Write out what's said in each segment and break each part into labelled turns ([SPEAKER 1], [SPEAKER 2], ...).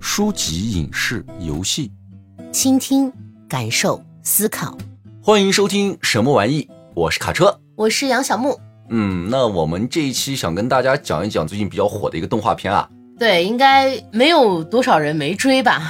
[SPEAKER 1] 书籍、影视、游戏，
[SPEAKER 2] 倾听、感受、思考。
[SPEAKER 1] 欢迎收听什么玩意？我是卡车。
[SPEAKER 2] 我是杨小木，
[SPEAKER 1] 嗯，那我们这一期想跟大家讲一讲最近比较火的一个动画片啊，
[SPEAKER 2] 对，应该没有多少人没追吧？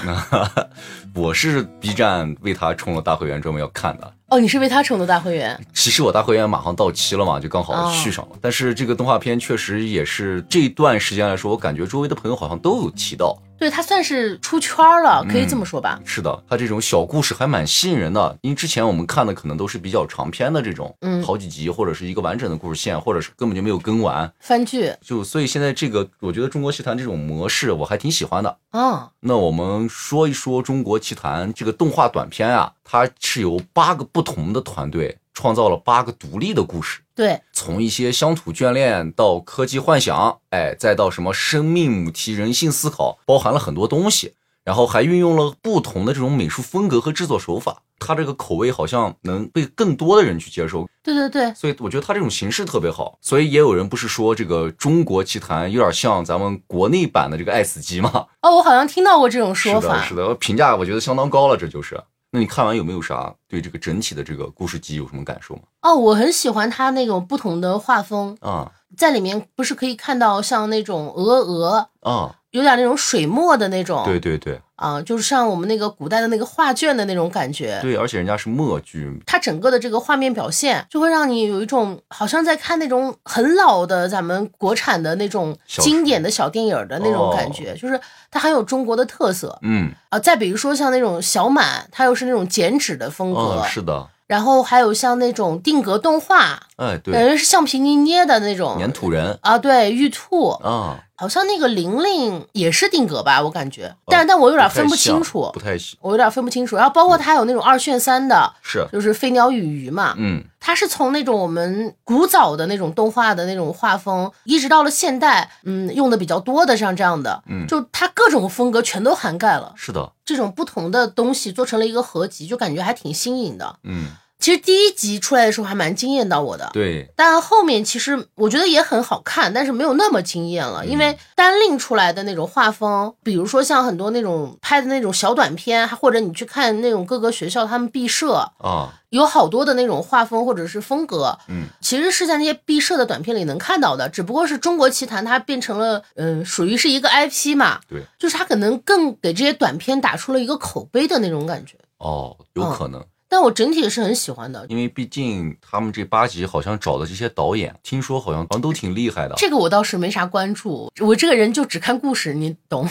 [SPEAKER 1] 我是 B 站为它充了大会员，专门要看的。
[SPEAKER 2] 哦，你是为他充的大会员，
[SPEAKER 1] 其实我大会员马上到期了嘛，就刚好
[SPEAKER 2] 哦
[SPEAKER 1] 续上了。但是这个动画片确实也是这段时间来说，我感觉周围的朋友好像都有提到。
[SPEAKER 2] 对他算是出圈了，可以这么说吧？
[SPEAKER 1] 是的，它这种小故事还蛮吸引人的，因为之前我们看的可能都是比较长篇的这种，
[SPEAKER 2] 嗯
[SPEAKER 1] 好几集或者是一个完整的故事线，或者是根本就没有跟完。
[SPEAKER 2] 番剧，
[SPEAKER 1] 就所以现在这个，我觉得中国戏坛这种模式我还挺喜欢的。
[SPEAKER 2] 哦，
[SPEAKER 1] 那我们说一说中国奇谭这个动画短片啊，它是由八个不同的团队创造了八个独立的故事，
[SPEAKER 2] 对，
[SPEAKER 1] 从一些乡土眷恋到科技幻想，哎，再到什么生命母题、人性思考，包含了很多东西。然后还运用了不同的这种美术风格和制作手法，它这个口味好像能被更多的人去接受，
[SPEAKER 2] 对对对，
[SPEAKER 1] 所以我觉得它这种形式特别好。所以也有人不是说这个中国奇谭有点像咱们国内版的这个爱死机吗？
[SPEAKER 2] 哦，我好像听到过这种说
[SPEAKER 1] 是的，
[SPEAKER 2] 法
[SPEAKER 1] 是。的，评价我觉得相当高了，这就是。那你看完有没有啥对这个整体的这个故事集有什么感受吗？
[SPEAKER 2] 哦，我很喜欢他那种不同的画风，
[SPEAKER 1] 啊
[SPEAKER 2] 在里面不是可以看到像那种鹅鹅，
[SPEAKER 1] 啊，
[SPEAKER 2] 有点那种水墨的那种，
[SPEAKER 1] 对对对
[SPEAKER 2] 啊、就是像我们那个古代的那个画卷的那种感觉。
[SPEAKER 1] 对，而且人家是默剧，
[SPEAKER 2] 它整个的这个画面表现，就会让你有一种好像在看那种很老的咱们国产的那种
[SPEAKER 1] 小
[SPEAKER 2] 经典的小电影的那种
[SPEAKER 1] 哦
[SPEAKER 2] 感觉，就是它很有中国的特色
[SPEAKER 1] 嗯，
[SPEAKER 2] 啊。再比如说像那种小满，它又是那种剪纸的风格，
[SPEAKER 1] 啊，是的，
[SPEAKER 2] 然后还有像那种定格动画，
[SPEAKER 1] 哎，对，
[SPEAKER 2] 感觉是橡皮泥捏的那种
[SPEAKER 1] 粘土人
[SPEAKER 2] 啊，对，玉兔，
[SPEAKER 1] 啊，
[SPEAKER 2] 好像那个玲玲也是定格吧，我感觉，但但我有点分不
[SPEAKER 1] 哦太像
[SPEAKER 2] 清楚
[SPEAKER 1] 不。嗯太像
[SPEAKER 2] 我有点分不清楚，然后包括它还有那种二选三的，
[SPEAKER 1] 是，
[SPEAKER 2] 就是飞鸟与鱼嘛，
[SPEAKER 1] 嗯，
[SPEAKER 2] 它是从那种我们古早的那种动画的那种画风，一直到了现代，嗯，用的比较多的像这样的，
[SPEAKER 1] 嗯
[SPEAKER 2] 就它各种风格全都涵盖了，
[SPEAKER 1] 是的，
[SPEAKER 2] 这种不同的东西做成了一个合集，就感觉还挺新颖的。
[SPEAKER 1] 嗯，
[SPEAKER 2] 其实第一集出来的时候还蛮惊艳到我的，
[SPEAKER 1] 对，
[SPEAKER 2] 但后面其实我觉得也很好看，但是没有那么惊艳了，因
[SPEAKER 1] 嗯
[SPEAKER 2] 为单拎出来的那种画风，比如说像很多那种拍的那种小短片，或者你去看那种各个学校他们毕设，
[SPEAKER 1] 啊，
[SPEAKER 2] 有好多的那种画风或者是风格，
[SPEAKER 1] 嗯，
[SPEAKER 2] 其实是在那些毕设的短片里能看到的，只不过是中国奇谭它变成了，嗯、属于是一个 IP 嘛，
[SPEAKER 1] 对，
[SPEAKER 2] 就是它可能更给这些短片打出了一个口碑的那种感觉。
[SPEAKER 1] 哦，
[SPEAKER 2] 嗯
[SPEAKER 1] 有可能，
[SPEAKER 2] 但我整体是很喜欢的，
[SPEAKER 1] 因为毕竟他们这八集好像找的这些导演，听说好像好像都挺厉害的，啊
[SPEAKER 2] 这个我倒是没啥关注，我这个人就只看故事，你 懂？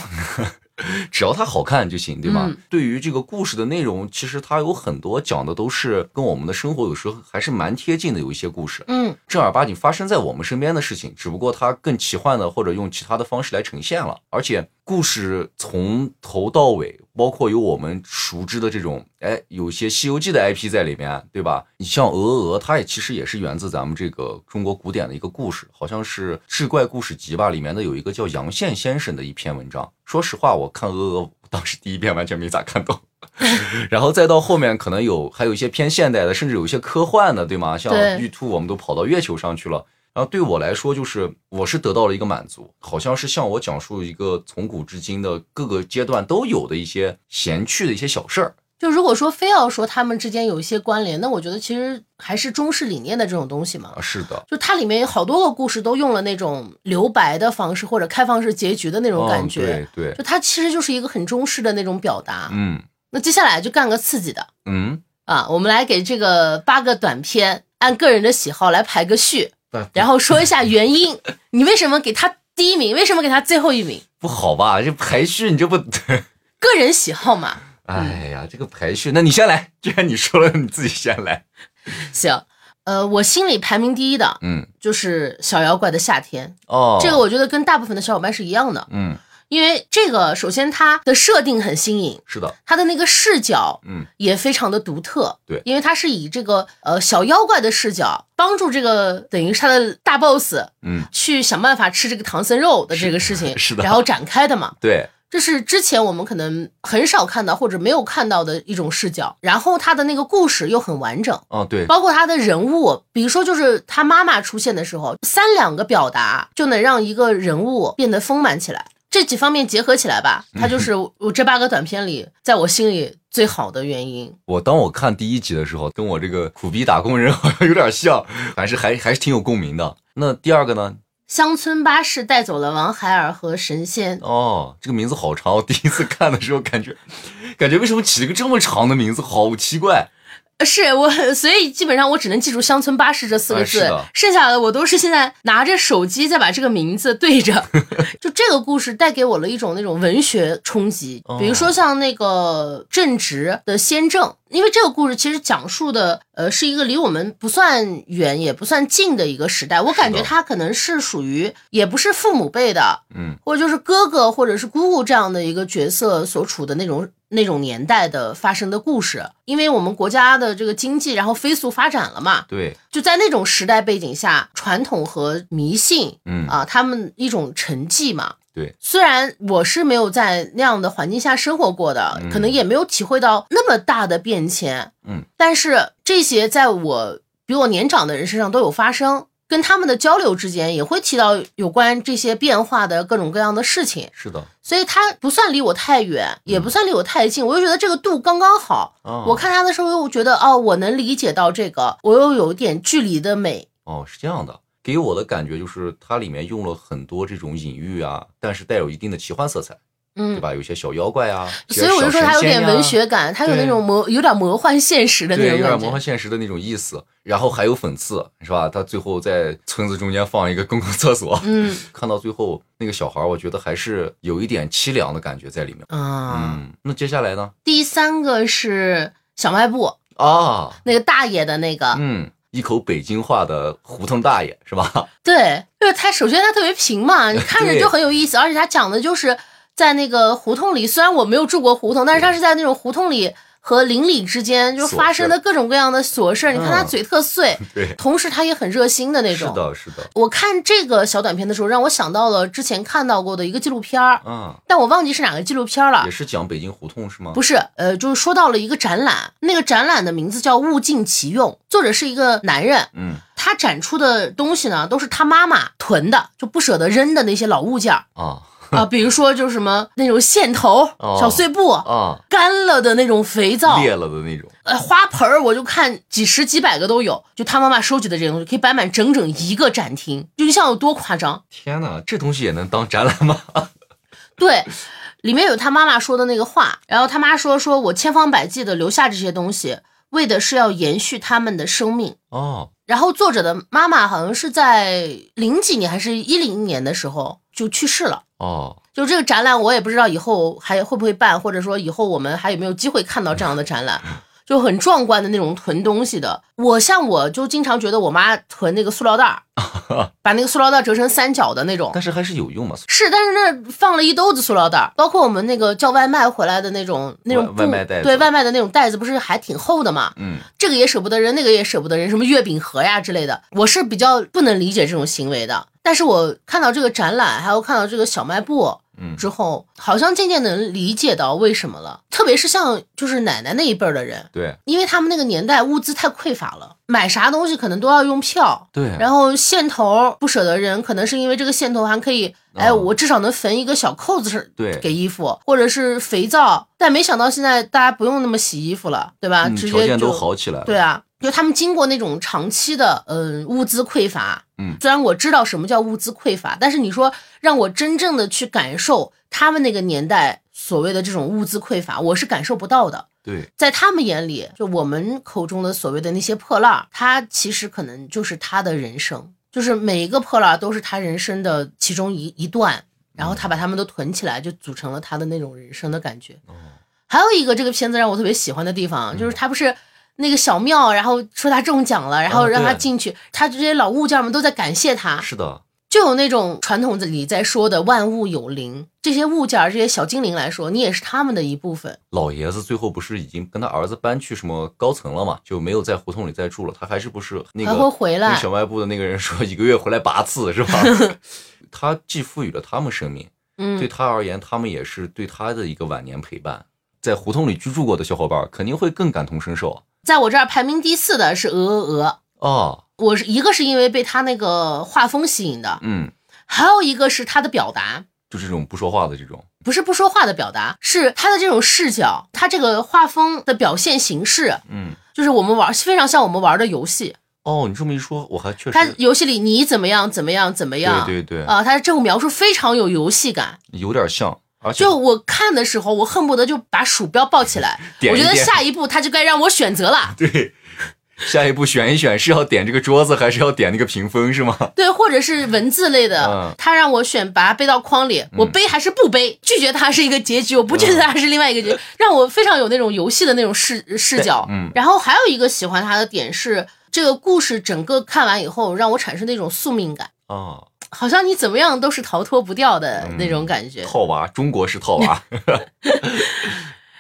[SPEAKER 1] 只要它好看就行，对吧？
[SPEAKER 2] 嗯
[SPEAKER 1] 对于这个故事的内容，其实它有很多讲的都是跟我们的生活有时候还是蛮贴近的，有一些故事
[SPEAKER 2] 嗯，
[SPEAKER 1] 正儿八经发生在我们身边的事情，只不过它更奇幻的或者用其他的方式来呈现了。而且故事从头到尾，包括有我们熟知的这种，哎，有些《西游记》的 IP 在里面，对吧？你像鹅鹅，它也其实也是源自咱们这个中国古典的一个故事，好像是《志怪故事集》吧，里面的有一个叫杨宪先生的一篇文章。说实话，我看鹅鹅当时第一遍完全没咋看懂。然后再到后面，可能有还有一些偏现代的，甚至有一些科幻的，对吗？像
[SPEAKER 2] 对
[SPEAKER 1] 玉兔，我们都跑到月球上去了。然后对我来说，就是我是得到了一个满足，好像是向我讲述一个从古至今的各个阶段都有的一些闲趣的一些小事儿。
[SPEAKER 2] 就如果说非要说他们之间有一些关联，那我觉得其实还是中式理念的这种东西嘛
[SPEAKER 1] 啊，。是的，
[SPEAKER 2] 就它里面有好多个故事都用了那种留白的方式或者开放式结局的那种感觉，
[SPEAKER 1] 嗯、对对，
[SPEAKER 2] 就它其实就是一个很中式的那种表达。
[SPEAKER 1] 嗯
[SPEAKER 2] 那接下来就干个刺激的
[SPEAKER 1] 嗯，
[SPEAKER 2] 啊，我们来给这个八个短片按个人的喜好来排个序，
[SPEAKER 1] 但
[SPEAKER 2] 然后说一下 原因，你为什么给它第一名，为什么给它最后一名？
[SPEAKER 1] 不好吧？这排序你这不，
[SPEAKER 2] 嗯个人喜好嘛。
[SPEAKER 1] 哎呀，这个排序，那你先来，既然你说了，你自己先来。
[SPEAKER 2] 行，呃，我心里排名第一的
[SPEAKER 1] 嗯，
[SPEAKER 2] 就是小妖怪的夏天，
[SPEAKER 1] 哦，
[SPEAKER 2] 这个我觉得跟大部分的小伙伴是一样的，
[SPEAKER 1] 嗯，
[SPEAKER 2] 因为这个首先它的设定很新颖，
[SPEAKER 1] 是的，
[SPEAKER 2] 它的那个视角
[SPEAKER 1] 嗯
[SPEAKER 2] 也非常的独特，
[SPEAKER 1] 对
[SPEAKER 2] 因为它是以这个呃小妖怪的视角帮助这个等于是他的大 boss
[SPEAKER 1] 嗯，
[SPEAKER 2] 去想办法吃这个唐僧肉的这个事 情，
[SPEAKER 1] 是的
[SPEAKER 2] 然后展开的嘛。
[SPEAKER 1] 对，
[SPEAKER 2] 这是之前我们可能很少看到或者没有看到的一种视角，然后他的那个故事又很完整，
[SPEAKER 1] 哦对，
[SPEAKER 2] 包括他的人物，比如说就是他妈妈出现的时候，三两个表达就能让一个人物变得丰满起来。这几方面结合起来吧，
[SPEAKER 1] 嗯
[SPEAKER 2] 它就是我这八个短片里，在我心里最好的原因。
[SPEAKER 1] 我当我看第一集的时候，跟我这个苦逼打工人 好像有点像，还是还还是挺有共鸣的。那第二个呢？
[SPEAKER 2] 乡村巴士带走了王海尔和神仙，
[SPEAKER 1] 哦，这个名字好长，我第一次看的时候感觉，感觉为什么起了个这么长的名字，好奇怪。
[SPEAKER 2] 是我，所以基本上我只能记住“乡村巴士”这四个
[SPEAKER 1] 哎是
[SPEAKER 2] 字
[SPEAKER 1] 的，
[SPEAKER 2] 剩下的我都是现在拿着手机再把这个名字对 着。就这个故事带给我了一种那种文学冲击，
[SPEAKER 1] 哦
[SPEAKER 2] 比如说像那个正直的先正。因为这个故事其实讲述的，呃，是一个离我们不算远也不算近的一个时代。我感觉
[SPEAKER 1] 是的
[SPEAKER 2] 它可能是属于，也不是父母辈的，
[SPEAKER 1] 嗯，
[SPEAKER 2] 或者就是哥哥或者是姑姑这样的一个角色所处的那种那种年代的发生的故事，因为我们国家的这个经济然后飞速发展了嘛，
[SPEAKER 1] 对，
[SPEAKER 2] 就在那种时代背景下，传统和迷信
[SPEAKER 1] 嗯，
[SPEAKER 2] 啊，他们一种沉寂嘛。
[SPEAKER 1] 对，
[SPEAKER 2] 虽然我是没有在那样的环境下生活过的，
[SPEAKER 1] 嗯
[SPEAKER 2] 可能也没有体会到那么大的变迁，
[SPEAKER 1] 嗯，
[SPEAKER 2] 但是这些在我比我年长的人身上都有发生，跟他们的交流之间也会提到有关这些变化的各种各样的事情，
[SPEAKER 1] 是的。
[SPEAKER 2] 所以它不算离我太远，也不算离我太近，我就觉得这个度刚刚好。
[SPEAKER 1] 嗯哦，
[SPEAKER 2] 我看它的时候，又觉得哦，我能理解到这个，我又有点距离的美，
[SPEAKER 1] 哦，是这样的，给我的感觉就是它里面用了很多这种隐喻啊，但是带有一定的奇幻色彩，
[SPEAKER 2] 嗯
[SPEAKER 1] 对。吧？有一些小妖怪啊，
[SPEAKER 2] 所以我就说它有点文
[SPEAKER 1] 啊，
[SPEAKER 2] 学感，它有
[SPEAKER 1] 对
[SPEAKER 2] 那种魔，有点魔幻现实的那
[SPEAKER 1] 对，有
[SPEAKER 2] 种
[SPEAKER 1] 点
[SPEAKER 2] 感
[SPEAKER 1] 魔
[SPEAKER 2] 觉
[SPEAKER 1] 幻。现实的那种意思。然后还有讽刺，是吧？他最后在村子中间放一个公共厕所，
[SPEAKER 2] 嗯
[SPEAKER 1] 看到最后那个小孩儿，我觉得还是有一点凄凉的感觉在里面。
[SPEAKER 2] 啊，
[SPEAKER 1] 嗯，那接下来呢？
[SPEAKER 2] 第三个是小卖部
[SPEAKER 1] 啊，
[SPEAKER 2] 那个大爷的那个，
[SPEAKER 1] 嗯，一口北京话的胡同大爷，是吧？
[SPEAKER 2] 对，就是他首先他特别平嘛，你看着
[SPEAKER 1] 对
[SPEAKER 2] 就很有意思，而且他讲的就是在那个胡同里，虽然我没有住过胡同，但是他是在那种胡同里。和邻里之间就
[SPEAKER 1] 琐
[SPEAKER 2] 发生的各种各样的琐事儿，你看他
[SPEAKER 1] 嗯
[SPEAKER 2] 嘴 特碎，
[SPEAKER 1] 对，
[SPEAKER 2] 同时他也很热心的那
[SPEAKER 1] 是
[SPEAKER 2] 种。
[SPEAKER 1] 的，是的，
[SPEAKER 2] 我看这个小短片的时候，让我想到了之前看到过的一个纪录片儿，
[SPEAKER 1] 嗯，
[SPEAKER 2] 但我忘记是哪个纪录片儿了
[SPEAKER 1] 也。是讲北京胡同是吗？
[SPEAKER 2] 啊不是，呃，就是说到了一个展览，那个展览的名字叫《物尽其用》，作者是一个男人，
[SPEAKER 1] 嗯
[SPEAKER 2] 他展出的东西呢，都是他妈妈囤的，就不舍得扔的那些老物 件儿
[SPEAKER 1] 啊
[SPEAKER 2] 啊、比如说就是什么那种线头、
[SPEAKER 1] 哦
[SPEAKER 2] 小碎步、
[SPEAKER 1] 啊，
[SPEAKER 2] 干了的那种肥皂、
[SPEAKER 1] 裂了的那种。
[SPEAKER 2] 呃花盆儿，我就看几十几百个都有，就他妈妈收集的这些东西，可以摆满整整一个展厅，就你想有多夸张？
[SPEAKER 1] 天哪，这东西也能当展览吗？
[SPEAKER 2] 对，里面有他妈妈说的那个话，然后他妈说：“说我千方百计的留下这些东西，为的是要延续他们的生命。”
[SPEAKER 1] 哦，
[SPEAKER 2] 然后作者的妈妈好像是在零几年还是一零年的时候就去世了。
[SPEAKER 1] 哦，
[SPEAKER 2] 就这个展览，我也不知道以后还会不会办，或者说以后我们还有没有机会看到这样的展览，就很壮观的那种囤东西的。我像我就经常觉得我妈囤那个塑料袋儿，把那个塑料袋儿折成三角的那种，
[SPEAKER 1] 但是还是有用嘛。
[SPEAKER 2] 是，但是那放了一兜子塑料袋儿，包括我们那个叫外卖回来的那种那种
[SPEAKER 1] 外
[SPEAKER 2] 布
[SPEAKER 1] 外卖袋子
[SPEAKER 2] 对外卖的那种袋子，不是还挺厚的嘛？
[SPEAKER 1] 嗯，
[SPEAKER 2] 这个也舍不得扔，那个也舍不得扔，什么月饼盒呀之类的，我是比较不能理解这种行为的。但是我看到这个展览，还有看到这个小卖部，
[SPEAKER 1] 嗯
[SPEAKER 2] 之后好像渐渐能理解到为什么了。特别是像就是奶奶那一辈儿的人，
[SPEAKER 1] 对
[SPEAKER 2] 因为他们那个年代物资太匮乏了，买啥东西可能都要用票，
[SPEAKER 1] 对，
[SPEAKER 2] 然后线头不舍得扔，可能是因为这个线头还可以，哎，
[SPEAKER 1] 嗯
[SPEAKER 2] 我至少能缝一个小扣子是，
[SPEAKER 1] 对
[SPEAKER 2] 给衣服或者是肥皂。但没想到现在大家不用那么洗衣服了，对吧？
[SPEAKER 1] 嗯
[SPEAKER 2] 啊直
[SPEAKER 1] 条
[SPEAKER 2] 接
[SPEAKER 1] 件
[SPEAKER 2] 就
[SPEAKER 1] 都好起来了。
[SPEAKER 2] 对啊，就他们经过那种长期的嗯、物资匮乏，
[SPEAKER 1] 嗯
[SPEAKER 2] 虽然我知道什么叫物资匮乏，但是你说让我真正的去感受他们那个年代所谓的这种物资匮乏，我是感受不到的。
[SPEAKER 1] 对，
[SPEAKER 2] 在他们眼里，就我们口中的所谓的那些破烂儿，它其实可能就是他的人生，就是每一个破烂儿都是他人生的其中一一段，然后他把它们都囤起来，就组成了他的那种人生的感
[SPEAKER 1] 哦
[SPEAKER 2] 觉。还有一个这个片子让我特别喜欢的地方，
[SPEAKER 1] 嗯
[SPEAKER 2] 就是他不是。那个小庙，然后说他中奖了，然后
[SPEAKER 1] 哦
[SPEAKER 2] 让他
[SPEAKER 1] 对
[SPEAKER 2] 进去，他这些老物件们都在感谢他，
[SPEAKER 1] 是的，
[SPEAKER 2] 就有那种传统里在说的万物有灵，这些物件儿、这些小精灵来说，你也是他们的一部分。
[SPEAKER 1] 老爷子最后不是已经跟他儿子搬去什么高层了嘛，就没有在胡同里再住了。他还是不是那
[SPEAKER 2] 还会
[SPEAKER 1] 个
[SPEAKER 2] 回来
[SPEAKER 1] 那个小卖部的那个人说一个月回来八次是吧？ 他既赋予了他们生命，
[SPEAKER 2] 嗯，
[SPEAKER 1] 对他而言，他们也是对他的一个晚年陪伴。在胡同里居住过的小伙伴儿肯定会更感同身受
[SPEAKER 2] 在我这儿排名第四的是鹅鹅鹅，
[SPEAKER 1] 哦，
[SPEAKER 2] 我是一个是因为被他那个画风吸引的，
[SPEAKER 1] 嗯，
[SPEAKER 2] 还有一个是他的表达，
[SPEAKER 1] 就这种不说话的这种。
[SPEAKER 2] 不是不说话的表达，是他的这种视角，他这个画风的表现形式，
[SPEAKER 1] 嗯，
[SPEAKER 2] 就是我们玩非常像我们玩的游戏。
[SPEAKER 1] 哦，你这么一说，我还确
[SPEAKER 2] 他
[SPEAKER 1] 实，
[SPEAKER 2] 游戏里你怎么样怎么样怎么样，
[SPEAKER 1] 对对对
[SPEAKER 2] 啊、他这种描述非常有游戏感。
[SPEAKER 1] 有点像，而且，
[SPEAKER 2] 就我看的时候，我恨不得就把鼠标抱起来
[SPEAKER 1] 点
[SPEAKER 2] 我
[SPEAKER 1] 一
[SPEAKER 2] 觉得
[SPEAKER 1] 点
[SPEAKER 2] 下一步他就该让我选择了，
[SPEAKER 1] 对。下一步选一选，是要点这个桌子，还是要点那个屏风，是吗？
[SPEAKER 2] 对，或者是文字类的，
[SPEAKER 1] 嗯
[SPEAKER 2] 他让我选，把它背到框里，我背还是不背？拒绝它是一个结局，我不
[SPEAKER 1] 嗯
[SPEAKER 2] 拒绝它是另外一个结局，让我非常有那种游戏的那种视视角。
[SPEAKER 1] 嗯
[SPEAKER 2] 然后还有一个喜欢它的点是，这个故事整个看完以后，让我产生那种宿命感，
[SPEAKER 1] 啊，
[SPEAKER 2] 好像你怎么样都是逃脱不掉的那种
[SPEAKER 1] 嗯
[SPEAKER 2] 感觉。
[SPEAKER 1] 套娃，中国式套 娃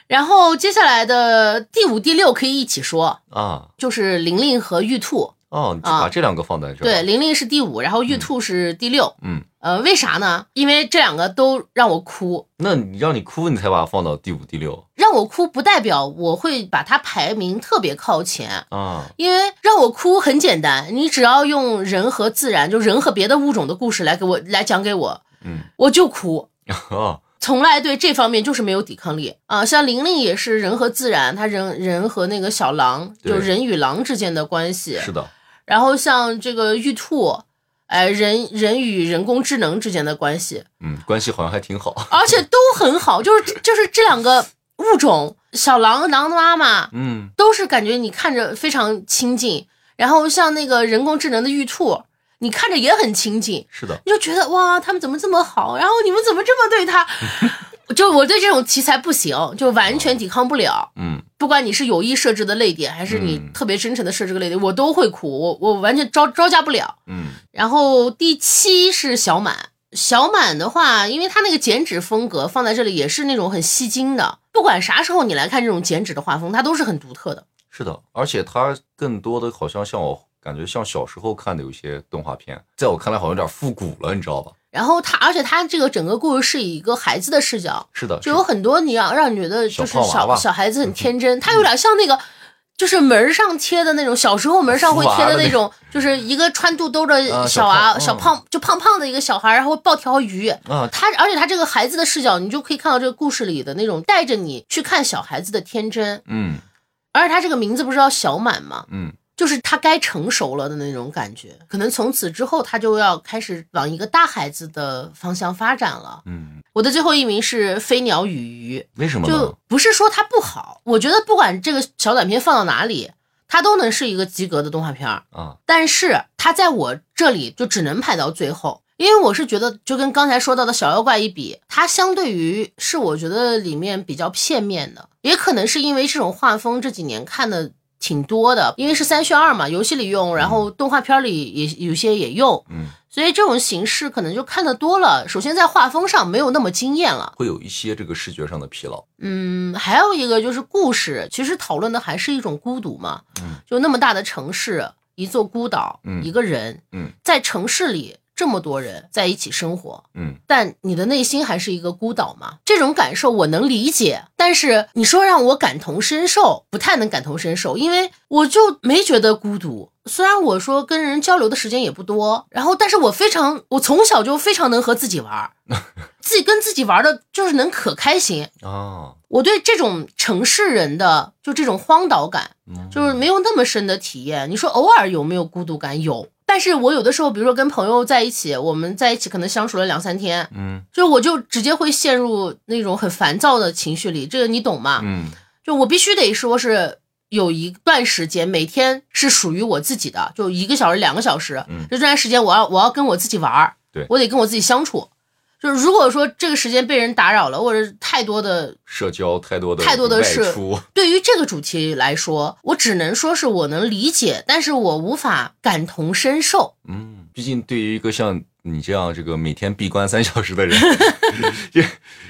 [SPEAKER 2] 然后接下来的第五、第六可以一起说，
[SPEAKER 1] 啊。
[SPEAKER 2] 就是玲玲和玉兔。
[SPEAKER 1] 哦，你就
[SPEAKER 2] 啊
[SPEAKER 1] 把这两个放在这儿。
[SPEAKER 2] 对，，玲玲是第五，然后玉兔是第六。
[SPEAKER 1] 嗯，
[SPEAKER 2] 呃，为啥呢？因为这两个都让我哭，
[SPEAKER 1] 那你让你哭，你才把它放到第五、第六
[SPEAKER 2] 让我哭不代表我会把它排名特别靠前。
[SPEAKER 1] 啊。
[SPEAKER 2] 因为让我哭很简单，你只要用人和自然，就人和别的物种的故事来给我来讲给我，
[SPEAKER 1] 嗯，
[SPEAKER 2] 我就哭。
[SPEAKER 1] 啊，
[SPEAKER 2] 从来对这方面就是没有抵抗力啊、像玲玲也是人和自然，她人人和那个小狼，
[SPEAKER 1] 对
[SPEAKER 2] 就人与狼之间的关系，
[SPEAKER 1] 是的，
[SPEAKER 2] 然后像这个玉兔，哎，人人与人工智能之间的关系，
[SPEAKER 1] 嗯，关系好像还挺好。
[SPEAKER 2] 而且都很好，就是就是这两个物种，小狼狼的妈妈
[SPEAKER 1] 嗯，
[SPEAKER 2] 都是感觉你看着非常亲近，然后像那个人工智能的玉兔，你看着也很亲近，
[SPEAKER 1] 是的，
[SPEAKER 2] 你就觉得哇，他们怎么这么好，然后你们怎么这么对他？ 就我对这种题材不行，就完全抵抗不了。
[SPEAKER 1] 嗯，
[SPEAKER 2] 不管你是有意设置的泪点，还是你
[SPEAKER 1] 嗯
[SPEAKER 2] 特别真诚的设置个泪点，我都会哭，我我完全招招架不了。
[SPEAKER 1] 嗯，
[SPEAKER 2] 然后第七是小满，小满的话，因为他那个剪纸风格放在这里也是那种很吸睛的，不管啥时候你来看这种剪纸的画风，它都是很独特的。
[SPEAKER 1] 是的，而且它更多的好像像我感觉像小时候看的有些动画片，在我看来好像有点复古了，你知道吧？
[SPEAKER 2] 然后它，而且它这个整个故事是以一个孩子的视角，
[SPEAKER 1] 是的，
[SPEAKER 2] 就是有
[SPEAKER 1] 的
[SPEAKER 2] 很多你要让你觉得就是
[SPEAKER 1] 小
[SPEAKER 2] 小
[SPEAKER 1] 胖娃嗯娃
[SPEAKER 2] 小孩子很天真，它有点像那个。就是门儿上贴的那种，小时候门儿上会贴
[SPEAKER 1] 福娃
[SPEAKER 2] 的
[SPEAKER 1] 的
[SPEAKER 2] 那种，就是一个穿肚兜
[SPEAKER 1] 啊
[SPEAKER 2] 的
[SPEAKER 1] 小
[SPEAKER 2] 小娃、
[SPEAKER 1] 胖
[SPEAKER 2] 小
[SPEAKER 1] 嗯
[SPEAKER 2] 胖就胖胖的一个小孩，然后抱条鱼，
[SPEAKER 1] 啊，
[SPEAKER 2] 他而且他这个孩子的视角，你就可以看到这个故事里的那种带着你去看小孩子的天真。
[SPEAKER 1] 嗯
[SPEAKER 2] 而且他这个名字不是叫小满吗？
[SPEAKER 1] 嗯，
[SPEAKER 2] 就是他该成熟了的那种感觉，可能从此之后他就要开始往一个大孩子的方向发展了。
[SPEAKER 1] 嗯，
[SPEAKER 2] 我的最后一名是飞鸟与鱼，
[SPEAKER 1] 为什么呢
[SPEAKER 2] 就？不是说它不好，我觉得不管这个小短片放到哪里，它都能是一个及格的动画片儿。
[SPEAKER 1] 啊，
[SPEAKER 2] 但是它在我这里就只能排到最后，因为我是觉得就跟刚才说到的小妖怪一比，它相对于是我觉得里面比较片面的，也可能是因为这种画风这几年看的挺多的，因为是三选二嘛，游戏里用，然后动画片里也有些也用，
[SPEAKER 1] 嗯，
[SPEAKER 2] 所以这种形式可能就看的多了。首先在画风上没有那么惊艳了，
[SPEAKER 1] 会有一些这个视觉上的疲劳。
[SPEAKER 2] 嗯，还有一个就是故事，其实讨论的还是一种孤独嘛。
[SPEAKER 1] 嗯，
[SPEAKER 2] 就那么大的城市，一座孤岛，
[SPEAKER 1] 嗯
[SPEAKER 2] 一个人，
[SPEAKER 1] 嗯，
[SPEAKER 2] 在城市里这么多人在一起生活，
[SPEAKER 1] 嗯，
[SPEAKER 2] 但你的内心还是一个孤岛嘛。这种感受我能理解，但是你说让我感同身受，不太能感同身受，因为我就没觉得孤独。虽然我说跟人交流的时间也不多，然后但是我非常，我从小就非常能和自己 玩儿，自己跟自己玩儿的就是能可开心。
[SPEAKER 1] 啊，
[SPEAKER 2] 我对这种城市人的就这种荒岛感，
[SPEAKER 1] 嗯
[SPEAKER 2] 就是没有那么深的体验。你说偶尔有没有孤独感？有，但是我有的时候，比如说跟朋友在一起，我们在一起可能相处了两三天，
[SPEAKER 1] 嗯
[SPEAKER 2] 就我就直接会陷入那种很烦躁的情绪里，这个你懂吗？
[SPEAKER 1] 嗯
[SPEAKER 2] 就我必须得说是有一段时间，每天是属于我自己的，就一个小时、两个小时，
[SPEAKER 1] 嗯
[SPEAKER 2] 这段时间我要我要跟我自己玩儿，
[SPEAKER 1] 对
[SPEAKER 2] 我得跟我自己相处。就是如果说这个时间被人打扰了，或者太多的
[SPEAKER 1] 社交太多的
[SPEAKER 2] 太多的是
[SPEAKER 1] 外出，
[SPEAKER 2] 对于这个主题来说，我只能说是我能理解，但是我无法感同身受。
[SPEAKER 1] 嗯，毕竟对于一个像你这样这个每天闭关三小时 的人，这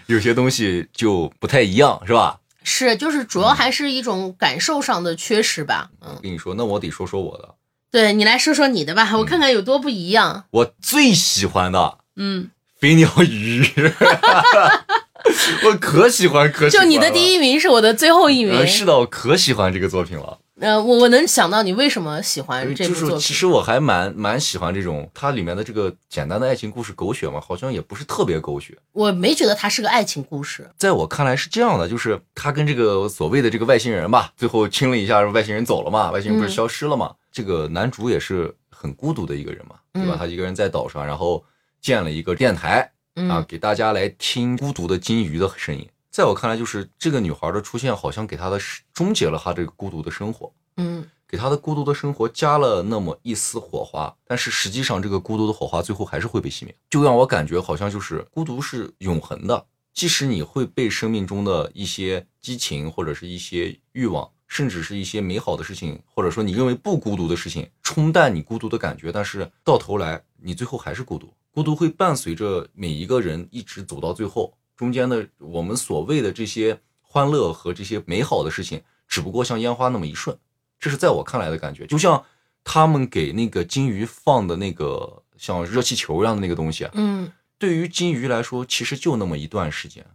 [SPEAKER 1] 有些东西就不太一样，是吧？
[SPEAKER 2] 是，就是主要还是一种感受上的缺失吧。嗯
[SPEAKER 1] 我，跟你说，那我得说说我的，
[SPEAKER 2] 对你来说说你的
[SPEAKER 1] 嗯
[SPEAKER 2] 吧，我看看有多不一样。
[SPEAKER 1] 我最喜欢的
[SPEAKER 2] 嗯，
[SPEAKER 1] 飞鸟鱼， 我可喜欢可喜
[SPEAKER 2] 就
[SPEAKER 1] 欢了。
[SPEAKER 2] 你的第一名是我的最后一名
[SPEAKER 1] 呃呃，。是的，我可喜欢这个作品了。
[SPEAKER 2] 呃，我我能想到你为什么喜欢哎这
[SPEAKER 1] 呃就
[SPEAKER 2] 部作
[SPEAKER 1] 是
[SPEAKER 2] 品，
[SPEAKER 1] 其实我还蛮蛮喜欢这种它里面的这个简单的爱情故事，狗血嘛，好像也不是特别狗血。
[SPEAKER 2] 我没觉得它是个爱情故事。
[SPEAKER 1] 在我看来是这样的，就是他跟这个所谓的这个外星人吧，最后亲了一下，外星人走了嘛，外星
[SPEAKER 2] 嗯
[SPEAKER 1] 人不是消失了嘛？这个男主也是很孤独的一个人嘛，对吧？
[SPEAKER 2] 嗯
[SPEAKER 1] 他一个人在岛上，然后建了一个电台，
[SPEAKER 2] 嗯，
[SPEAKER 1] 啊，给大家来听孤独的金鱼的声音。在我看来，就是这个女孩的出现，好像给她的是终结了她这个孤独的生活，
[SPEAKER 2] 嗯
[SPEAKER 1] 给她的孤独的生活加了那么一丝火花。但是实际上，这个孤独的火花最后还是会被熄灭，就让我感觉好像就是孤独是永恒的，即使你会被生命中的一些激情或者是一些欲望。甚至是一些美好的事情，或者说你认为不孤独的事情，冲淡你孤独的感觉，但是到头来你最后还是孤独。孤独会伴随着每一个人一直走到最后，中间的我们所谓的这些欢乐和这些美好的事情，只不过像烟花那么一瞬。这是在我看来的感觉，就像他们给那个金鱼放的那个像热气球一样的那个东西啊，
[SPEAKER 2] 嗯
[SPEAKER 1] 对于金鱼来说，其实就那么一段时间，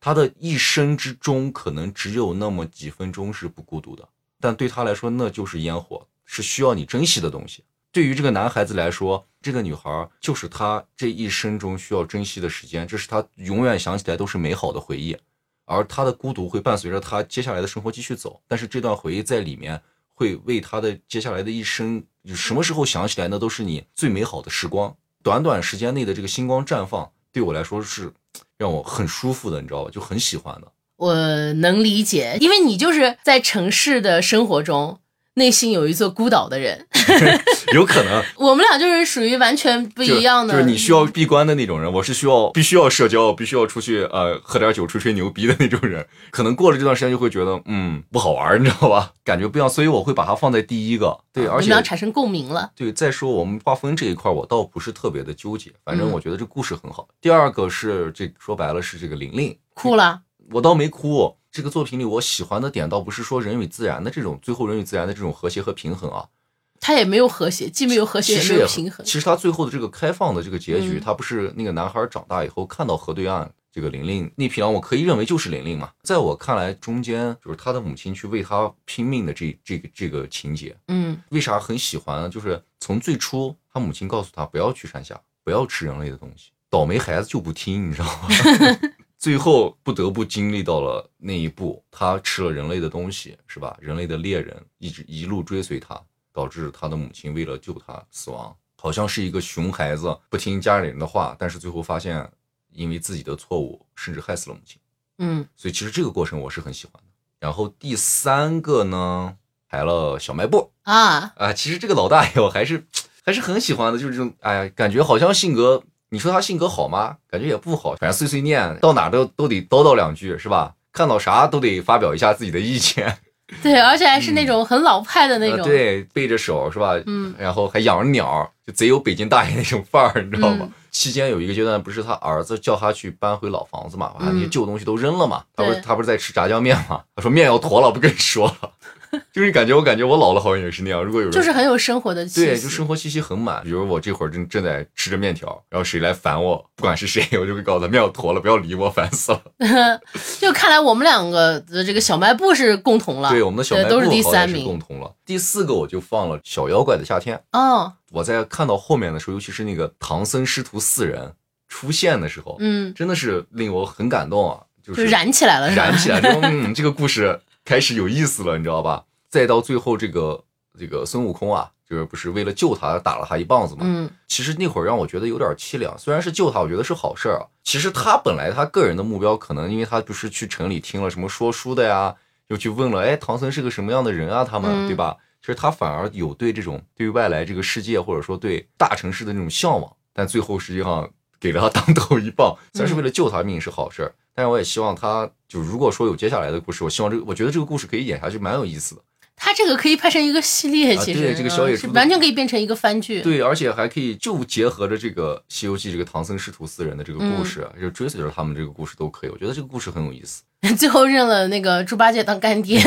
[SPEAKER 1] 它的一生之中可能只有那么几分钟是不孤独的，但对它来说，那就是烟火，是需要你珍惜的东西。对于这个男孩子来说，这个女孩就是他这一生中需要珍惜的时间，这是他永远想起来都是美好的回忆，而他的孤独会伴随着他接下来的生活继续走，但是这段回忆在里面会为他的接下来的一生，什么时候想起来，那都是你最美好的时光。短短时间内的这个星光绽放，对我来说是让我很舒服的，你知道吧？就很喜 欢的。
[SPEAKER 2] 我能理解，因为你就是在城市的生活中，内心有一座孤岛的人。
[SPEAKER 1] 有可能
[SPEAKER 2] 我们俩就是属于完全不
[SPEAKER 1] 不
[SPEAKER 2] 一样的，
[SPEAKER 1] 就是你需要闭关的那种人，我是需要必须要社交，必须要出去呃喝点酒吹吹牛逼的那种人。可能过了这段时间就会觉得嗯不好玩，你知道吧？感觉不一样，所以我会把它放在第一 个。对，
[SPEAKER 2] 我
[SPEAKER 1] 而
[SPEAKER 2] 们
[SPEAKER 1] 且
[SPEAKER 2] 俩产生共鸣了。
[SPEAKER 1] 对，再说我们划分这一块，我倒不是特别的纠结，反正
[SPEAKER 2] 嗯
[SPEAKER 1] 我觉得这故事很好。第二个是这说白了是这个玲玲，
[SPEAKER 2] 哭了，
[SPEAKER 1] 我倒没哭。哦这个作品里我喜欢的点倒不是说人与自然的这种最后人与自然的这种和谐和平衡啊，
[SPEAKER 2] 他也没有和谐，既没有和
[SPEAKER 1] 其
[SPEAKER 2] 谐也
[SPEAKER 1] 实
[SPEAKER 2] 没
[SPEAKER 1] 也
[SPEAKER 2] 有平衡
[SPEAKER 1] 其。实他最后的这个开放的这个结局，
[SPEAKER 2] 嗯
[SPEAKER 1] 他不是那个男孩长大以后看到河对岸这个玲玲那匹狼，我可以认为就是玲玲嘛。在我看来，中间就是他的母亲去为他拼命的这这个这个情节，
[SPEAKER 2] 嗯
[SPEAKER 1] 为啥很喜欢呢？就是从最初他母亲告诉他不要去山下，不要吃人类的东西，倒霉孩子就不听，你知道吗？最后不得不经历到了那一步，他吃了人类的东西，是吧？人类的猎人一直一路追随他，导致他的母亲为了救他死亡。好像是一个熊孩子，不听家里人的话，但是最后发现因为自己的错误，甚至害死了母亲。
[SPEAKER 2] 嗯
[SPEAKER 1] 所以其实这个过程我是很喜欢的。然后第三个呢，排了小卖部。
[SPEAKER 2] 啊，
[SPEAKER 1] 啊，其实这个老大爷我还是还是很喜欢的，就是这种，哎呀，感觉好像性格，你说他性格好吗？感觉也不好，反正碎碎念，到哪都都得叨叨两句，是吧？看到啥都得发表一下自己的意见，
[SPEAKER 2] 对，而且还是那种很老派 的那种。
[SPEAKER 1] 呃对，背着手是吧？
[SPEAKER 2] 嗯
[SPEAKER 1] 然后还养着鸟儿，就贼有北京大爷那种范儿，你知道吗？
[SPEAKER 2] 嗯
[SPEAKER 1] 期间有一个阶段，不是他儿子叫他去搬回老房子嘛，把那些
[SPEAKER 2] 嗯
[SPEAKER 1] 旧东西都扔了嘛。他不是
[SPEAKER 2] 对
[SPEAKER 1] 他不是在吃炸酱面嘛？他说面要坨了，不跟你说了。 就是感觉我感觉我老了好像也是那样，如果有人
[SPEAKER 2] 就是很有生活的气息。
[SPEAKER 1] 对，就生活气息很满。比如我这会儿正正在吃着面条，然后谁来烦我，不管是谁， 我就会告诉他面要坨了，不要理我，烦死 了。
[SPEAKER 2] 就看来我们两个的这个小卖部是共同了。
[SPEAKER 1] 对，我们的小卖部
[SPEAKER 2] 都是第
[SPEAKER 1] 好像
[SPEAKER 2] 三
[SPEAKER 1] 是
[SPEAKER 2] 名
[SPEAKER 1] 共。同了。第四个我就放了《小妖怪的夏天》。
[SPEAKER 2] 哦，
[SPEAKER 1] 我在看到后面的时候，尤其是那个唐僧师徒四人出现的时候，
[SPEAKER 2] 嗯，
[SPEAKER 1] 真的是令我很感动啊！就
[SPEAKER 2] 就是燃起来了，是吧？
[SPEAKER 1] 燃 起来，说嗯，这个故事开始有意思了，你知道吧？再到最后这个这个孙悟空啊，就是不是为了救他打了他一棒子嘛？
[SPEAKER 2] 嗯
[SPEAKER 1] 其实那会儿让我觉得有点凄凉，虽然是救他，我觉得是好事儿啊。其实他本来他个人的目标，可能因为他不是去城里听了什么说书的呀，又去问了，哎，唐僧是个什么样的人啊？他们、
[SPEAKER 2] 嗯
[SPEAKER 1] 对吧？其实他反而有对这种对于外来这个世界，或者说对大城市的那种向往，但最后实际上给了他当头一棒， 虽然是为了救他命是好事儿，但是我也希望他就如果说有接下来的故事，我希望这个我觉得这个故事可以演下去，蛮有意思的。
[SPEAKER 2] 他这个可以拍成一个系列，
[SPEAKER 1] 啊
[SPEAKER 2] 其实、
[SPEAKER 1] 对这个小野
[SPEAKER 2] 嗯
[SPEAKER 1] 猪
[SPEAKER 2] 是
[SPEAKER 1] 的
[SPEAKER 2] 完全可以变成一个番剧。，
[SPEAKER 1] 对，而且还可以就结合着这个《西游记》这个唐僧师徒四人的这个
[SPEAKER 2] 嗯
[SPEAKER 1] 故事，啊就追随着他们这个故事都可以。我觉得这个故事很有意思，
[SPEAKER 2] 最后认了那个猪八戒当干爹。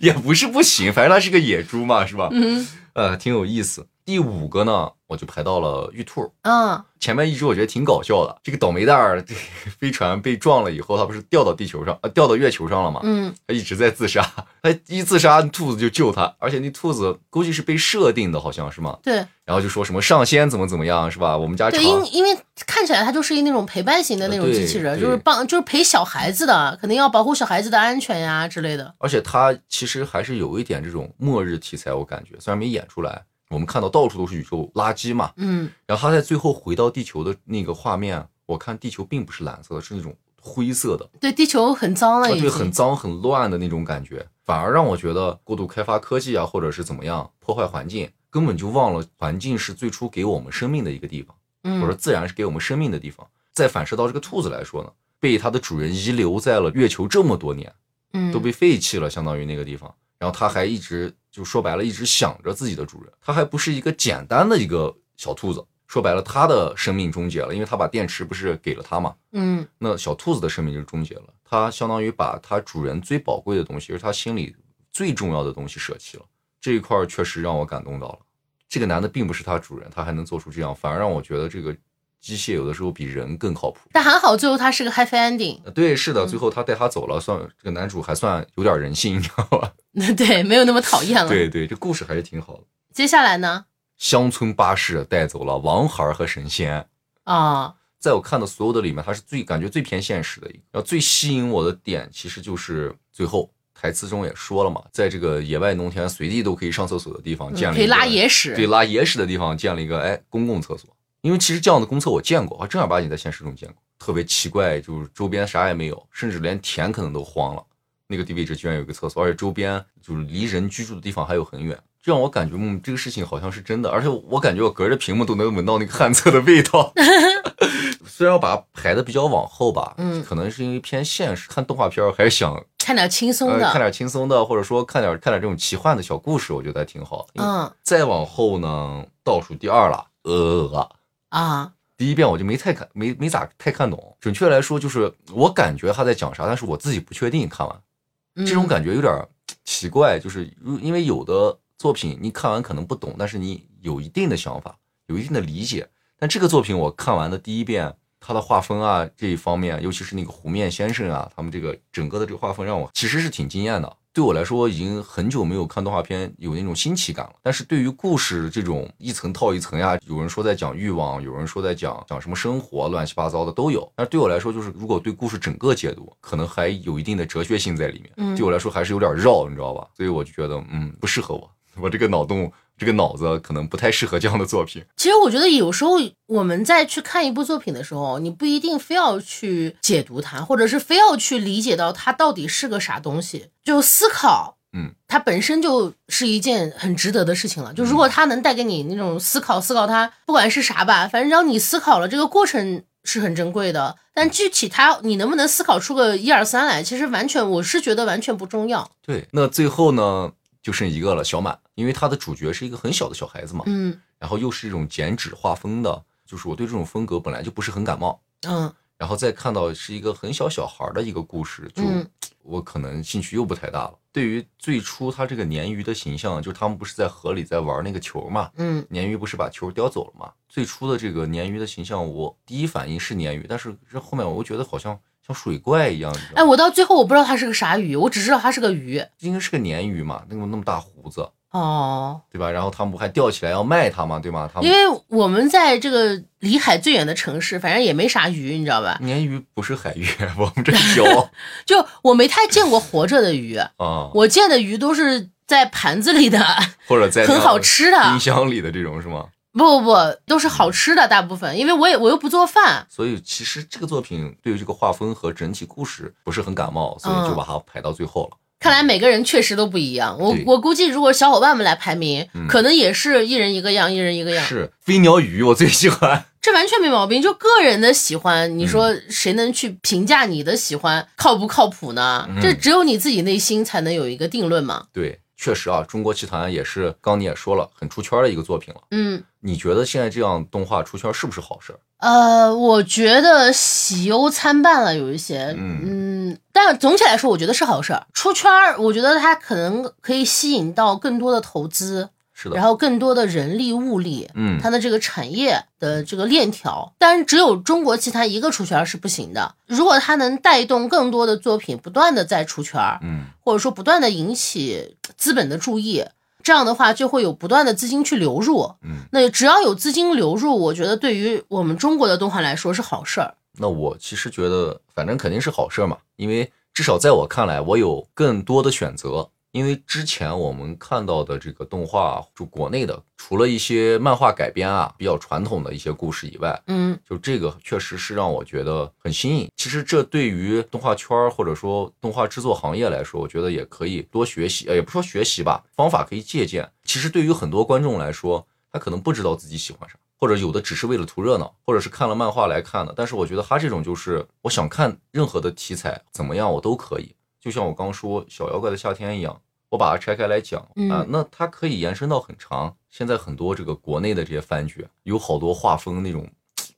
[SPEAKER 1] 也不是不行，反正他是个野猪嘛，是吧？
[SPEAKER 2] 嗯
[SPEAKER 1] 呃，挺有意思。第五个呢，我就排到了玉兔。
[SPEAKER 2] 嗯
[SPEAKER 1] 前面一直我觉得挺搞笑的，这个倒霉蛋儿，这个飞船被撞了以后，它不是掉到地球上，呃，掉到月球上了吗？
[SPEAKER 2] 嗯
[SPEAKER 1] 它一直在自杀，它一自杀，兔子就救它，而且那兔子估计是被设定的，好像是吗？
[SPEAKER 2] 对
[SPEAKER 1] 然后就说什么上仙怎么怎么样，是吧？我们家
[SPEAKER 2] 对，
[SPEAKER 1] 常
[SPEAKER 2] 因因为看起来它就是一那种陪伴型的那种
[SPEAKER 1] 呃对
[SPEAKER 2] 机器人，
[SPEAKER 1] 对
[SPEAKER 2] 就是帮就是陪小孩子的，肯定要保护小孩子的安全呀之类的。
[SPEAKER 1] 而且它其实还是有一点这种末日题材，我感觉虽然没演出来，我们看到到处都是宇宙垃圾嘛，
[SPEAKER 2] 嗯，
[SPEAKER 1] 然后它在最后回到地球的那个画面，我看地球并不是蓝色的，是那种灰色的，
[SPEAKER 2] 对，地球很脏了
[SPEAKER 1] 啊
[SPEAKER 2] 已经。
[SPEAKER 1] 对，很脏很乱的那种感觉，反而让我觉得过度开发科技啊，或者是怎么样破坏环境，根本就忘了环境是最初给我们生命的一个地方。或者
[SPEAKER 2] 嗯
[SPEAKER 1] 自然是给我们生命的地方。再反射到这个兔子来说呢，被它的主人遗留在了月球这么多年，
[SPEAKER 2] 嗯，
[SPEAKER 1] 都被废弃了，相当于那个地方。然后它还一直就说白了，一直想着自己的主人，它还不是一个简单的一个小兔子。说白了，它的生命终结了，因为它把电池不是给了它嘛。
[SPEAKER 2] 嗯
[SPEAKER 1] 那小兔子的生命就终结了，它相当于把它主人最宝贵的东西，也是它心里最重要的东西舍弃了。这一块儿确实让我感动到了。这个男的并不是他主人，他还能做出这样，反而让我觉得这个机械有的时候比人更靠谱。
[SPEAKER 2] 但嗯还好最后它是个 happy ending。
[SPEAKER 1] 呃对，是的，最后他带他走了，算这个男主还算有点人性，你知道吧？
[SPEAKER 2] 对，没有那么讨厌了。
[SPEAKER 1] 对对，这故事还是挺好的。
[SPEAKER 2] 接下来呢？
[SPEAKER 1] 乡村巴士带走了王孩儿和神仙，
[SPEAKER 2] 啊、
[SPEAKER 1] 在我看的所有的里面，它是最感觉最偏现实的一个。然后最吸引我的点，其实就是最后台词中也说了嘛，在这个野外农田随地都可以上厕所的地方建立一个，
[SPEAKER 2] 嗯可以拉野屎。
[SPEAKER 1] 对拉野屎的地方建了一个哎公共厕所。因为其实这样的公厕我见过，我还啊正儿八经在现实中见过，特别奇怪，就是周边啥也没有，甚至连田可能都荒了。那个地位置居然有一个厕所，而且周边就是离人居住的地方还有很远，这让我感觉嗯这个事情好像是真的，而且我感觉我隔着屏幕都能闻到那个旱厕的味 道。 虽然我把它排的比较往后吧，
[SPEAKER 2] 嗯
[SPEAKER 1] 可能是因为偏现实，看动画片儿还是想
[SPEAKER 2] 看点轻松
[SPEAKER 1] 呃
[SPEAKER 2] 的。
[SPEAKER 1] 看点轻松的，或者说看点看点这种奇幻的小故事，我觉得还挺好。因为
[SPEAKER 2] 嗯
[SPEAKER 1] 再往后呢，倒数第二了，呃，
[SPEAKER 2] 啊，
[SPEAKER 1] 第一遍我就没太看，没没咋太看懂。准确来说，就是我感觉他在讲啥，但是我自己不确定。看完
[SPEAKER 2] 嗯
[SPEAKER 1] 这种感觉有点儿奇怪，就是如因为有的作品你看完可能不懂，但是你有一定的想法，有一定的理解。但这个作品我看完的第一遍，它的画风啊这一方面，尤其是那个湖面先生啊，他们这个整个的这个画风让我其实是挺惊艳的。对我来说，已经很久没有看动画片有那种新奇感了。但是对于故事这种一层套一层呀，有人说在讲欲望，有人说在讲讲什么生活，乱七八糟的都有。但是对我来说，就是如果对故事整个解读，可能还有一定的哲学性在里面。
[SPEAKER 2] 嗯
[SPEAKER 1] 对我来说还是有点绕，你知道吧？所以我就觉得，嗯，不适合我， 我这个脑洞，这个脑子可能不太适合这样的作品。
[SPEAKER 2] 其实我觉得有时候我们在去看一部作品的时候，你不一定非要去解读它，或者是非要去理解到它到底是个啥东西，就思考。
[SPEAKER 1] 嗯，
[SPEAKER 2] 它本身就是一件很值得的事情了。就如果它能带给你那种思考，思考它不管是啥吧，反正只要你思考了，这个过程是很珍贵的。但具体它你能不能思考出个一二三来，其实完全我是觉得完全不重要。
[SPEAKER 1] 对，那最后呢，就剩一个了，小满，因为他的主角是一个很小的小孩子嘛，
[SPEAKER 2] 嗯
[SPEAKER 1] 然后又是这种剪纸画风的，就是我对这种风格本来就不是很感冒，
[SPEAKER 2] 嗯
[SPEAKER 1] 然后再看到是一个很小小孩儿的一个故事，就
[SPEAKER 2] 嗯
[SPEAKER 1] 我可能兴趣又不太大了。对于最初他这个鲶鱼的形象，就是他们不是在河里在玩那个球嘛，
[SPEAKER 2] 嗯
[SPEAKER 1] 鲶鱼不是把球叼走了吗？最初的这个鲶鱼的形象，我第一反应是鲶鱼，但是这后面我又觉得好像像水怪一样，你知
[SPEAKER 2] 哎，
[SPEAKER 1] 道吗？
[SPEAKER 2] 我到最后我不知道它是个啥鱼，我只知道它是个鱼。
[SPEAKER 1] 应该是个鲶鱼嘛，那种那么大胡子，
[SPEAKER 2] 哦，
[SPEAKER 1] 对吧？然后他们不还吊起来要卖它嘛，对吗？他
[SPEAKER 2] 因
[SPEAKER 1] 们
[SPEAKER 2] 为我们在这个离海最远的城市，反正也没啥鱼，你知道吧？
[SPEAKER 1] 鲶鱼不是海鱼， 我们这有
[SPEAKER 2] 就 我没太见过活着的鱼，
[SPEAKER 1] 啊，
[SPEAKER 2] 我见的鱼都是在盘子里的，
[SPEAKER 1] 或者在
[SPEAKER 2] 很
[SPEAKER 1] 那
[SPEAKER 2] 好吃啊的。
[SPEAKER 1] 冰箱里的这种是吗？
[SPEAKER 2] 不不不，都是好吃的大部分，因为我也我又不做饭。
[SPEAKER 1] 所以其实这个作品对于这个画风和整体故事不是很感冒，所
[SPEAKER 2] 嗯
[SPEAKER 1] 以就把它排到最后了。
[SPEAKER 2] 看来每个人确实都不一样。我
[SPEAKER 1] 对
[SPEAKER 2] 我估计，如果小伙伴们来排名，
[SPEAKER 1] 嗯
[SPEAKER 2] 可能也是一人一个样，一人一个样。
[SPEAKER 1] 是飞鸟与鱼，我最喜 欢。
[SPEAKER 2] 这完全没毛病。就个人的喜欢，你说
[SPEAKER 1] 嗯
[SPEAKER 2] 谁能去评价你的喜欢靠不靠谱呢？
[SPEAKER 1] 嗯
[SPEAKER 2] 这只有你自己内心才能有一个定论嘛。
[SPEAKER 1] 对，确实啊，中国奇谭也是刚你也说了，很出圈的一个作品了。
[SPEAKER 2] 嗯，
[SPEAKER 1] 你觉得现在这样动画出圈是不是好事儿？
[SPEAKER 2] 呃，我觉得喜忧参半了，有一些，
[SPEAKER 1] 嗯
[SPEAKER 2] 嗯，但总体来说，我觉得是好事儿。出圈儿，我觉得它可能可以吸引到更多的投资，
[SPEAKER 1] 是的
[SPEAKER 2] 然后更多的人力物力，
[SPEAKER 1] 嗯
[SPEAKER 2] 它的这个产业的这个链条，但是只有中国棋坛一个出圈是不行的。如果它能带动更多的作品不断的在出圈，
[SPEAKER 1] 嗯，
[SPEAKER 2] 或者说不断的引起资本的注意，这样的话就会有不断的资金去流入。
[SPEAKER 1] 嗯，
[SPEAKER 2] 那只要有资金流入，我觉得对于我们中国的动画来说是好事儿。
[SPEAKER 1] 那我其实觉得，反正肯定是好事儿嘛，因为至少在我看来，我有更多的选择。因为之前我们看到的这个动画，就国内的，除了一些漫画改编啊，比较传统的一些故事以外，
[SPEAKER 2] 嗯
[SPEAKER 1] 就这个确实是让我觉得很新颖。其实这对于动画圈儿或者说动画制作行业来说，我觉得也可以多学习，呃，也不说学习吧，方法可以借鉴。其实对于很多观众来说，他可能不知道自己喜欢啥，或者有的只是为了图热闹，或者是看了漫画来看的。但是我觉得他这种就是我想看任何的题材怎么样，我都可以。就像我刚说《小妖怪的夏天》一样，我把它拆开来讲啊、
[SPEAKER 2] 嗯
[SPEAKER 1] 那它可以延伸到很长。现在很多这个国内的这些番剧，有好多画风那种，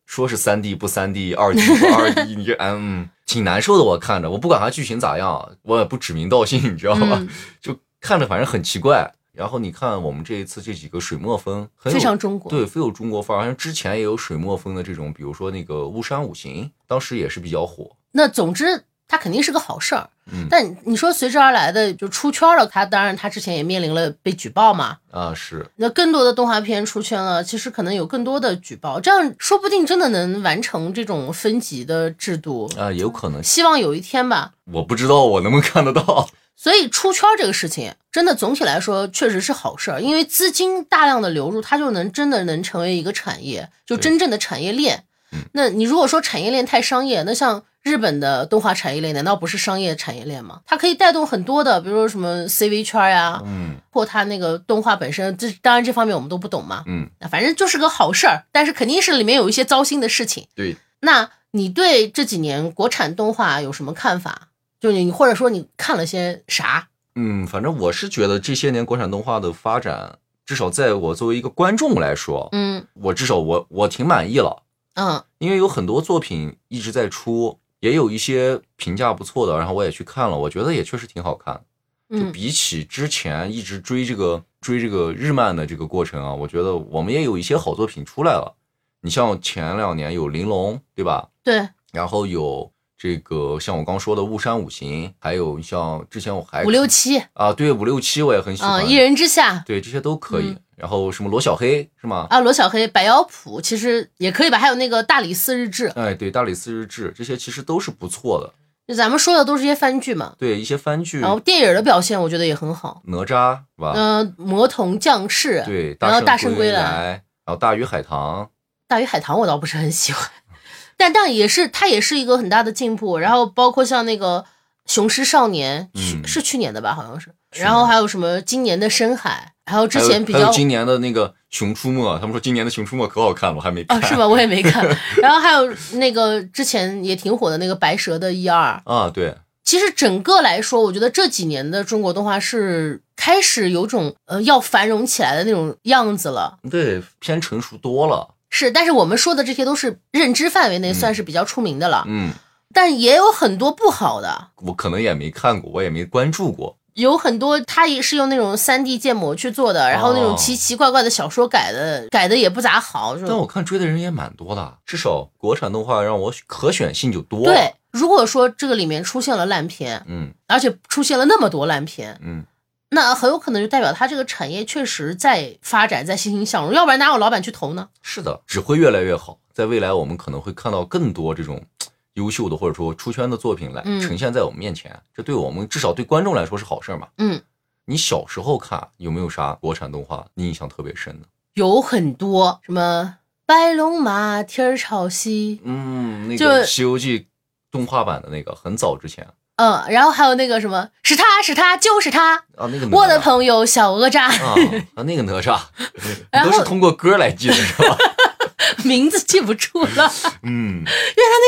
[SPEAKER 1] 说是三 D 不三 D，二 D 不二 D，你这 嗯挺难受的。我看着，我不管它剧情咋样，我也不指名道姓，你知道吧？
[SPEAKER 2] 嗯，
[SPEAKER 1] 就看着反正很奇怪。然后你看我们这一次这几个水墨风，很有
[SPEAKER 2] 非常中国。
[SPEAKER 1] 对，非有中国范儿。好像之前也有水墨风的这种，比如说那个巫山五行，当时也是比较火。
[SPEAKER 2] 那总之，它肯定是个好事儿。
[SPEAKER 1] 嗯
[SPEAKER 2] 但你说随之而来的就出圈了，它当然它之前也面临了被举报嘛。
[SPEAKER 1] 啊，是，
[SPEAKER 2] 那更多的动画片出圈了，其实可能有更多的举报，这样说不定真的能完成这种分级的制度。
[SPEAKER 1] 啊，也有可能，
[SPEAKER 2] 希望有一天吧。
[SPEAKER 1] 我不知道我能不能看得 到。
[SPEAKER 2] 所以出圈这个事情，真的总体来说确实是好事儿，因为资金大量的流入，它就能真的能成为一个产业，就
[SPEAKER 1] 对
[SPEAKER 2] 真正的产业链
[SPEAKER 1] 嗯。
[SPEAKER 2] 那你如果说产业链太商业，那像日本的动画产业链，难道不是商业产业链吗？它可以带动很多的，比如说什么 CV 圈呀、
[SPEAKER 1] 嗯
[SPEAKER 2] 或它那个动画本身，这当然这方面我们都不懂嘛。
[SPEAKER 1] 嗯，
[SPEAKER 2] 那反正就是个好事儿，但是肯定是里面有一些糟心的事情。
[SPEAKER 1] 对，
[SPEAKER 2] 那你对这几年国产动画有什么看法？就你或者说你看了些啥？
[SPEAKER 1] 嗯，反正我是觉得这些年国产动画的发展，至少在我作为一个观众来说，
[SPEAKER 2] 嗯
[SPEAKER 1] 我至少我我挺满意了。
[SPEAKER 2] 嗯
[SPEAKER 1] 因为有很多作品一直在出，也有一些评价不错的，然后我也去看了，我觉得也确实挺好看。就
[SPEAKER 2] 嗯
[SPEAKER 1] 比起之前一直追这个追这个日漫的这个过程啊，我觉得我们也有一些好作品出来了。你像前两年有《玲珑》，对吧？
[SPEAKER 2] 对，
[SPEAKER 1] 然后有这个像我刚说的《雾山五行》，还有像之前我还
[SPEAKER 2] 五六七
[SPEAKER 1] 啊，对五六七我也很喜
[SPEAKER 2] 啊，
[SPEAKER 1] 欢，
[SPEAKER 2] 一人之下
[SPEAKER 1] 对这些都可以。
[SPEAKER 2] 嗯
[SPEAKER 1] 然后什么罗小黑是吗？
[SPEAKER 2] 啊，罗小黑、白妖谱其实也可以吧，还有那个大理寺日志，
[SPEAKER 1] 哎，对，大理寺日志这些其实都是不错的。
[SPEAKER 2] 就咱们说的都是些番剧嘛。
[SPEAKER 1] 对一些番剧，
[SPEAKER 2] 然后电影的表现我觉得也很好，
[SPEAKER 1] 哪吒是吧？
[SPEAKER 2] 嗯、魔童降世，
[SPEAKER 1] 对，
[SPEAKER 2] 然后大圣
[SPEAKER 1] 圣
[SPEAKER 2] 归来
[SPEAKER 1] 来，然后大鱼海棠，
[SPEAKER 2] 大鱼海棠我倒不是很喜欢，但但也是它也是一个很大的进步。然后包括像那个《雄狮少年》去
[SPEAKER 1] 嗯
[SPEAKER 2] 是去年的吧，好像是。
[SPEAKER 1] 去年
[SPEAKER 2] 然后还有什么今年的《深海》，还有之
[SPEAKER 1] 还有
[SPEAKER 2] 前比
[SPEAKER 1] 还
[SPEAKER 2] 较哦
[SPEAKER 1] 有今年的那个《熊出没》，他们说今年的《熊出没》可好看了，我还没看。
[SPEAKER 2] 哦是吧？我也没看。然后还有那个之前也挺火的那个《白蛇》的一二。
[SPEAKER 1] 啊，对，
[SPEAKER 2] 其实整个来说，我觉得这几年的中国动画是开始有种呃要繁荣起来的那种样子了。
[SPEAKER 1] 对，偏成熟多了。
[SPEAKER 2] 是，但是我们说的这些都是认知范围内
[SPEAKER 1] 嗯
[SPEAKER 2] 算是比较出名的了，
[SPEAKER 1] 嗯，
[SPEAKER 2] 但也有很多不好的。
[SPEAKER 1] 我可能也没看过，我也没关注过。
[SPEAKER 2] 有很多，它也是用那种三 D 建模去做的，然后那种
[SPEAKER 1] 哦
[SPEAKER 2] 奇奇怪怪的小说改的，改的也不咋好。就
[SPEAKER 1] 但我看追的人也蛮多的，至少国产动画让我可选性就多了。
[SPEAKER 2] 对，，如果说这个里面出现了烂片，
[SPEAKER 1] 嗯
[SPEAKER 2] 而且出现了那么多烂片，
[SPEAKER 1] 嗯，
[SPEAKER 2] 那很有可能就代表它这个产业确实在发展，在欣欣向荣，要不然哪有老板去投呢？
[SPEAKER 1] 是的，只会越来越好。在未来，我们可能会看到更多这种嘖优秀的或者说出圈的作品来
[SPEAKER 2] 嗯
[SPEAKER 1] 呈现在我们面前，这对我们至少对观众来说是好事儿嘛。
[SPEAKER 2] 嗯，
[SPEAKER 1] 你小时候看有没有啥国产动画你印象特别深的？
[SPEAKER 2] 有很多什么白龙马天儿朝西，
[SPEAKER 1] 嗯，那
[SPEAKER 2] 就
[SPEAKER 1] 个《西游记》动画版的那个，很早之前
[SPEAKER 2] 嗯，然后还有那个什么是他是他就是他，
[SPEAKER 1] 啊，那个哪吒
[SPEAKER 2] 我的朋友小哪吒，
[SPEAKER 1] 啊啊，那个哪吒，
[SPEAKER 2] 然
[SPEAKER 1] 你
[SPEAKER 2] 后
[SPEAKER 1] 都是通过歌来记的是吧？
[SPEAKER 2] 名字记不住了。
[SPEAKER 1] 嗯，
[SPEAKER 2] 那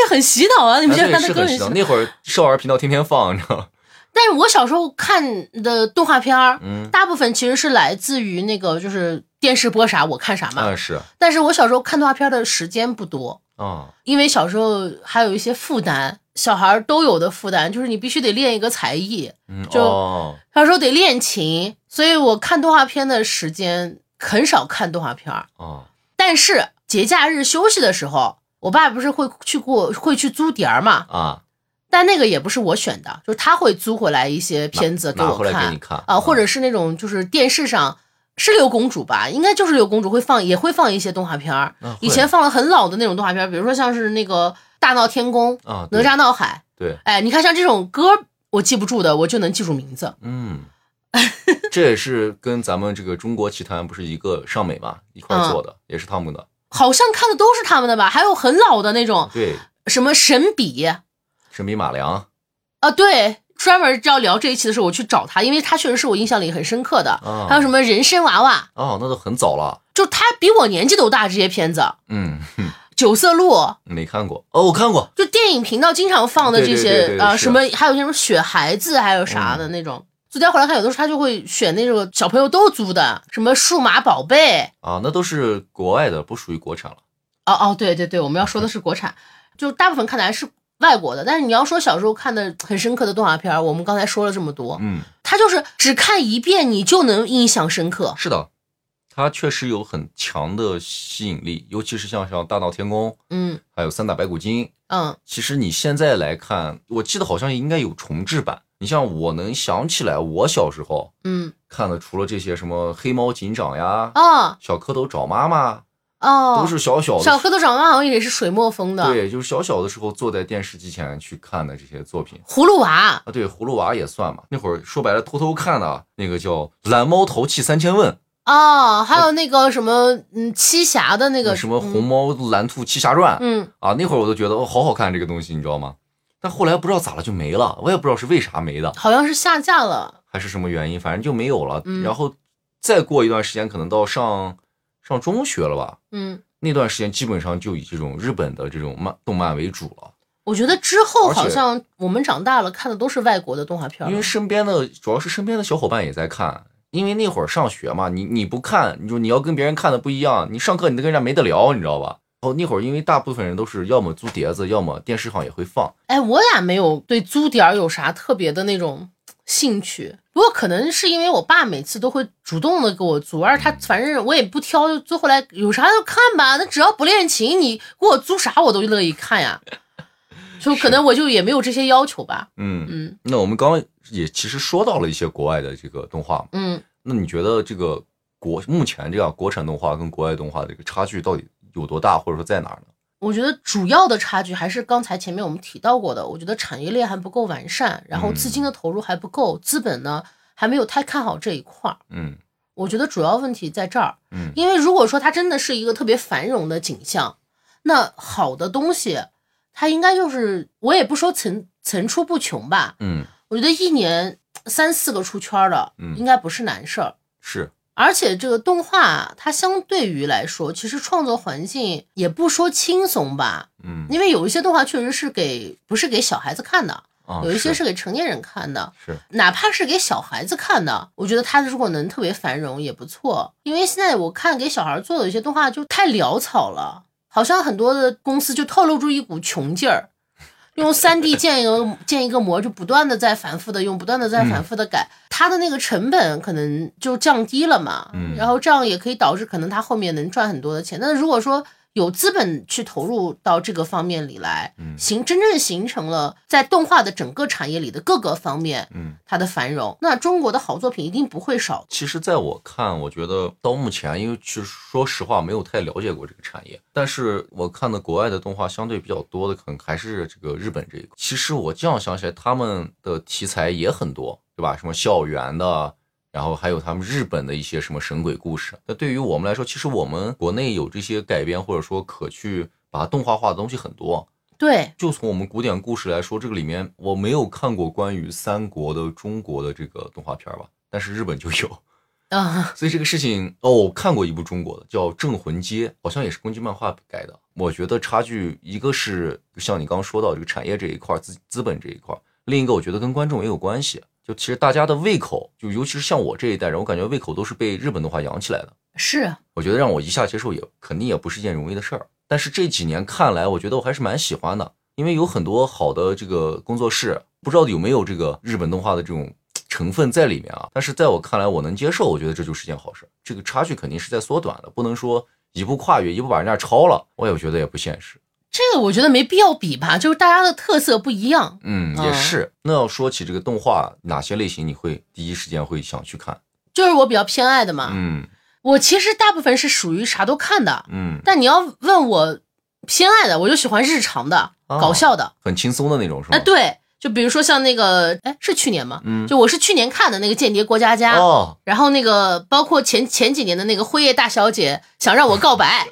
[SPEAKER 2] 个很洗脑 啊！你
[SPEAKER 1] 啊
[SPEAKER 2] 们觉得
[SPEAKER 1] 对，
[SPEAKER 2] 他的
[SPEAKER 1] 是
[SPEAKER 2] 歌
[SPEAKER 1] 很
[SPEAKER 2] 很洗
[SPEAKER 1] 洗
[SPEAKER 2] 脑
[SPEAKER 1] 脑。？那会儿少儿频道天天放，你知道吗？
[SPEAKER 2] 但是我小时候看的动画片儿，
[SPEAKER 1] 嗯，
[SPEAKER 2] 大部分其实是来自于那个就是电视播啥我看啥嘛。
[SPEAKER 1] 啊是
[SPEAKER 2] 但是我小时候看动画片儿的时间不多，
[SPEAKER 1] 啊，
[SPEAKER 2] 因为小时候还有一些负担，小孩儿都有的负担，就是你必须得练一个才艺，
[SPEAKER 1] 嗯，
[SPEAKER 2] 就
[SPEAKER 1] 哦
[SPEAKER 2] 小时候得练琴，所以我看动画片的时间很少看动画片儿。
[SPEAKER 1] 哦，
[SPEAKER 2] 但是节假日休息的时候，我爸不是会去过会去租碟儿嘛？
[SPEAKER 1] 啊，
[SPEAKER 2] 但那个也不是我选的，就是他会租回来一些片子给
[SPEAKER 1] 拿
[SPEAKER 2] 我
[SPEAKER 1] 回来给
[SPEAKER 2] 看
[SPEAKER 1] 你看
[SPEAKER 2] 啊，或者是那种就是电视上是六公主吧，应该就是六公主会放，也会放一些动画片儿。
[SPEAKER 1] 那啊会
[SPEAKER 2] 以前放了很老的那种动画片儿，比如说像是那个《大闹天宫》《
[SPEAKER 1] 啊，
[SPEAKER 2] 哪
[SPEAKER 1] 对
[SPEAKER 2] 吒闹海》。
[SPEAKER 1] 对，
[SPEAKER 2] 哎，你看像这种歌我记不住的，我就能记住名字。
[SPEAKER 1] 嗯，这也是跟咱们这个中国奇谭不是一个上美嘛一块
[SPEAKER 2] 嗯
[SPEAKER 1] 儿做的，也是他们的，
[SPEAKER 2] 好像看的都是他们的吧？还有很老的那种
[SPEAKER 1] 对，
[SPEAKER 2] 什么神笔
[SPEAKER 1] 神笔马良
[SPEAKER 2] 啊，对，专门要聊这一期的时候，我去找他，因为他确实是我印象里很深刻的。
[SPEAKER 1] 啊，
[SPEAKER 2] 还有什么人参娃娃，
[SPEAKER 1] 哦，那都很早了，
[SPEAKER 2] 就他比我年纪都大，这些片子，《
[SPEAKER 1] 嗯， 哼
[SPEAKER 2] 九色鹿》
[SPEAKER 1] 没看过，哦，我看过，
[SPEAKER 2] 就电影频道经常放的这
[SPEAKER 1] 对对对
[SPEAKER 2] 些
[SPEAKER 1] 对
[SPEAKER 2] 啊，
[SPEAKER 1] 是嗯
[SPEAKER 2] 什么还有些什么雪孩子，还有啥的那种。租家回来看，有的时候他就会选那种小朋友都租的，什么数码宝贝，
[SPEAKER 1] 啊，那都是国外的，不属于国产了，
[SPEAKER 2] 哦哦，对对对，我们要说的是国产，就大部分看的还是外国的。但是你要说小时候看的很深刻的动画片儿，我们刚才说了这么多，
[SPEAKER 1] 嗯，
[SPEAKER 2] 它就是只看一遍你就能印象深刻。
[SPEAKER 1] 是的，它确实有很强的吸引力，尤其是像像《大闹天宫》，
[SPEAKER 2] 嗯
[SPEAKER 1] 还有《三打白骨精》，
[SPEAKER 2] 嗯
[SPEAKER 1] 其实你现在来看，我记得好像应该有重制版。你像我能想起来，我小时候
[SPEAKER 2] 嗯，
[SPEAKER 1] 看的，除了这些什么黑猫警长呀、
[SPEAKER 2] 哦
[SPEAKER 1] 小蝌蚪找妈妈，
[SPEAKER 2] 哦，
[SPEAKER 1] 都是小小的
[SPEAKER 2] 小蝌蚪长大好像也是水墨风的，
[SPEAKER 1] 对，就是小小的时候坐在电视机前去看的这些作品
[SPEAKER 2] 葫芦娃，
[SPEAKER 1] 啊。对，葫芦娃也算嘛。那会儿说白了，偷偷看的啊那个叫《蓝猫淘气三千问》，
[SPEAKER 2] 哦，还有那个什么，嗯，七侠的那个
[SPEAKER 1] 呃什么《红，猫蓝兔七侠传》
[SPEAKER 2] 嗯
[SPEAKER 1] 啊，那会儿我都觉得哦，好好看这个东西，你知道吗？但后来不知道咋了就没了，我也不知道是为啥没的
[SPEAKER 2] 嗯，。好像是下架了，
[SPEAKER 1] 还是什么原因，反正就没有了。
[SPEAKER 2] 嗯
[SPEAKER 1] 然后再过一段时间，可能到上上中学了吧，
[SPEAKER 2] 嗯，
[SPEAKER 1] 那段时间基本上就以这种日本的这种漫动漫为主了，
[SPEAKER 2] 我觉得之后
[SPEAKER 1] 而且
[SPEAKER 2] 好像我们长大了看的都是外国的动画片儿
[SPEAKER 1] 因
[SPEAKER 2] 了
[SPEAKER 1] 为，身边的主要是身边的小伙伴也在看。因为那会儿上学嘛，你你不看，你就你要跟别人看的不一样，你上课你都跟人家没得聊，你知道吧？然后那会儿因为大部分人都是要么租碟子，要么电视上也会放，
[SPEAKER 2] 哎，我俩没有对租点儿有啥特别的那种兴趣，不过可能是因为我爸每次都会主动的给我租，而且他反正我也不挑，就租回来有啥就看吧。那只要不练琴，你给我租啥我都乐意看呀。 就可能我就也没有这些要求吧。
[SPEAKER 1] 嗯，
[SPEAKER 2] 嗯
[SPEAKER 1] 那我们刚刚也其实说到了一些国外的这个动画嘛，
[SPEAKER 2] 嗯，
[SPEAKER 1] 那你觉得这个国目前这样国产动画跟国外动画的这个差距到底有多大，或者说在哪儿呢？
[SPEAKER 2] 我觉得主要的差距还是刚才前面我们提到过的，我觉得产业链还不够完善，然后资金的投入还不够，资本呢还没有太看好这一块儿。
[SPEAKER 1] 嗯
[SPEAKER 2] 我觉得主要问题在这儿。
[SPEAKER 1] 嗯
[SPEAKER 2] 因为如果说它真的是一个特别繁荣的景象，那好的东西，它应该就是我也不说层层出不穷吧，
[SPEAKER 1] 嗯，
[SPEAKER 2] 我觉得一年三四个出圈的，
[SPEAKER 1] 嗯
[SPEAKER 2] 应该不是难事儿。
[SPEAKER 1] 是
[SPEAKER 2] 而且这个动画，它相对于来说，其实创作环境也不说轻松吧，
[SPEAKER 1] 嗯
[SPEAKER 2] 因为有一些动画确实是给不是给小孩子看的，
[SPEAKER 1] 啊，
[SPEAKER 2] 有一些
[SPEAKER 1] 是
[SPEAKER 2] 是给成年人看的。
[SPEAKER 1] 是
[SPEAKER 2] 哪怕是给小孩子看的，我觉得他如果能特别繁荣也不错。因为现在我看给小孩做的有些动画就太潦草了，好像很多的公司就透露出一股穷劲儿，用3 D 建一个建一个模，就不断的在反复的用，不断的在反复的
[SPEAKER 1] 嗯
[SPEAKER 2] 改，它的那个成本可能就降低了嘛。
[SPEAKER 1] 嗯
[SPEAKER 2] 然后这样也可以导致可能他后面能赚很多的钱。但是如果说有资本去投入到这个方面里来，
[SPEAKER 1] 嗯
[SPEAKER 2] 形真正形成了在动画的整个产业里的各个方面，
[SPEAKER 1] 嗯。
[SPEAKER 2] 它的繁荣，那中国的好作品一定不会少。
[SPEAKER 1] 其实，在我看，我觉得到目前，因为其实说实话，没有太了解过这个产业，但是我看的国外的动画相对比较多的，可能还是这个日本这一块。其实我这样想起来，他们的题材也很多，对吧？什么校园的，然后还有他们日本的一些什么神鬼故事。那对于我们来说，其实我们国内有这些改编或者说可去把它动画化的东西很多，
[SPEAKER 2] 对，
[SPEAKER 1] 就从我们古典故事来说，这个里面我没有看过关于三国的中国的这个动画片吧，但是日本就有。
[SPEAKER 2] 啊、
[SPEAKER 1] 所以这个事情哦，我看过一部中国的叫《镇魂街》，好像也是根据漫画改的。我觉得差距，一个是像你刚刚说到这个产业这一块儿、资资本这一块儿，另一个我觉得跟观众也有关系。就其实大家的胃口，就尤其是像我这一代人，我感觉胃口都是被日本动画养起来的。
[SPEAKER 2] 是啊
[SPEAKER 1] 我觉得让我一下接受也肯定也不是一件容易的事儿。但是这几年看来，我觉得我还是蛮喜欢的，因为有很多好的这个工作室，不知道有没有这个日本动画的这种成分在里面啊。但是在我看来，我能接受，我觉得这就是件好事。这个差距肯定是在缩短的，不能说一步跨越，一步把人家超了，我也觉得也不现实。
[SPEAKER 2] 这个我觉得没必要比吧，就是大家的特色不一样。
[SPEAKER 1] 嗯，也是。那要说起这个动画，哪些类型你会第一时间会想去看？
[SPEAKER 2] 就是我比较偏爱的嘛，
[SPEAKER 1] 嗯
[SPEAKER 2] 我其实大部分是属于啥都看的，
[SPEAKER 1] 嗯，
[SPEAKER 2] 但你要问我偏爱的，我就喜欢日常的、
[SPEAKER 1] 哦
[SPEAKER 2] 搞笑的。
[SPEAKER 1] 很轻松的那种是吗？
[SPEAKER 2] 哎，对，就比如说像那个，哎，是去年吗？
[SPEAKER 1] 嗯
[SPEAKER 2] 就我是去年看的那个《间谍过家家》
[SPEAKER 1] 哦，
[SPEAKER 2] 然后那个包括前前几年的那个《辉夜大小姐想让我 告白》，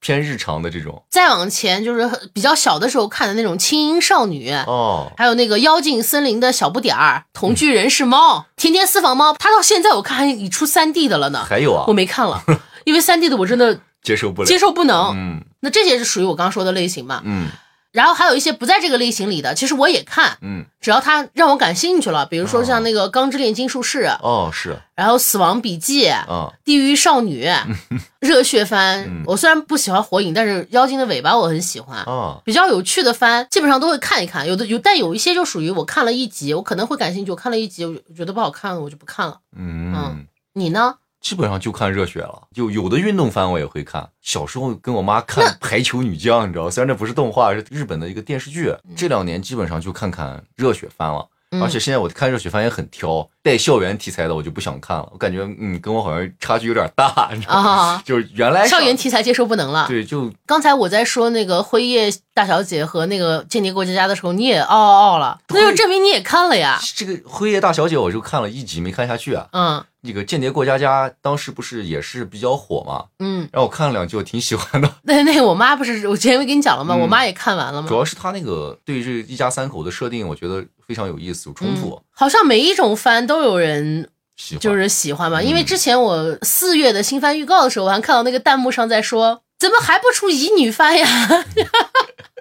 [SPEAKER 1] 偏日常的这种
[SPEAKER 2] 再往前就是很比较小的时候看的那种《轻音少女》
[SPEAKER 1] 哦。嗯
[SPEAKER 2] 还有那个《妖精森林》的小不点儿，《同居人是猫》天天私房猫》，它到现在我看还已出三 D 的了呢，
[SPEAKER 1] 还有啊
[SPEAKER 2] 我，没看了，因为三 D 的我真的
[SPEAKER 1] 接受不了。
[SPEAKER 2] 接受不能。
[SPEAKER 1] 嗯
[SPEAKER 2] 那这些是属于我刚说的类型嘛？
[SPEAKER 1] 嗯
[SPEAKER 2] 然后还有一些不在这个类型里的，其实我也看，
[SPEAKER 1] 嗯，
[SPEAKER 2] 只要它让我感兴趣了，比如说
[SPEAKER 1] 啊
[SPEAKER 2] 像那个《钢之炼金术士》，
[SPEAKER 1] 哦是
[SPEAKER 2] 然后《死亡笔记》
[SPEAKER 1] 啊，
[SPEAKER 2] 地狱少女》、
[SPEAKER 1] 嗯
[SPEAKER 2] 热血番。我虽然不喜欢火影，但是《妖精的尾巴》我很喜欢。
[SPEAKER 1] 啊，
[SPEAKER 2] 比较有趣的番，基本上都会看一看。有的有，但有一些就属于我看了一集，我可能会感兴趣，我看了一集，我觉得不好看，我就不看了。
[SPEAKER 1] 嗯
[SPEAKER 2] 嗯，你呢？
[SPEAKER 1] 基本上就看热血了。就有的运动番我也会看，小时候跟我妈看《排球女将》，你知道，虽然这不是动画，是日本的一个电视剧。这两年基本上就看看热血番了。
[SPEAKER 2] 嗯
[SPEAKER 1] 而且现在我看热血番也很挑，带校园题材的我就不想看了，我感觉嗯跟我好像差距有点大，你知道吗？
[SPEAKER 2] 啊，
[SPEAKER 1] 就是原来
[SPEAKER 2] 校
[SPEAKER 1] 上
[SPEAKER 2] 园题材接受不能了。
[SPEAKER 1] 对就
[SPEAKER 2] 刚才我在说那个《辉夜大小姐》和那个《间谍过家家》的时候，你也嗷嗷嗷了，那就证明你也看了呀。
[SPEAKER 1] 这个《辉夜大小姐》我就看了一集没看下去啊。
[SPEAKER 2] 嗯
[SPEAKER 1] 那个《间谍过家家》当时不是也是比较火嘛，
[SPEAKER 2] 嗯，
[SPEAKER 1] 然后我看了两集，我挺喜欢的，
[SPEAKER 2] 那那我妈不是我之前没跟你讲了吗？
[SPEAKER 1] 嗯
[SPEAKER 2] 我妈也看完了吗
[SPEAKER 1] 主？要是他那个对这一家三口的设定，我觉得非常有意思，有冲突，
[SPEAKER 2] 好像每一种番都有人
[SPEAKER 1] 喜欢
[SPEAKER 2] 嗯就是喜欢
[SPEAKER 1] 嗯
[SPEAKER 2] 嘛，因为之前我四月的新番预告的时候，我还看到那个弹幕上在说，怎么还不出乙女番呀？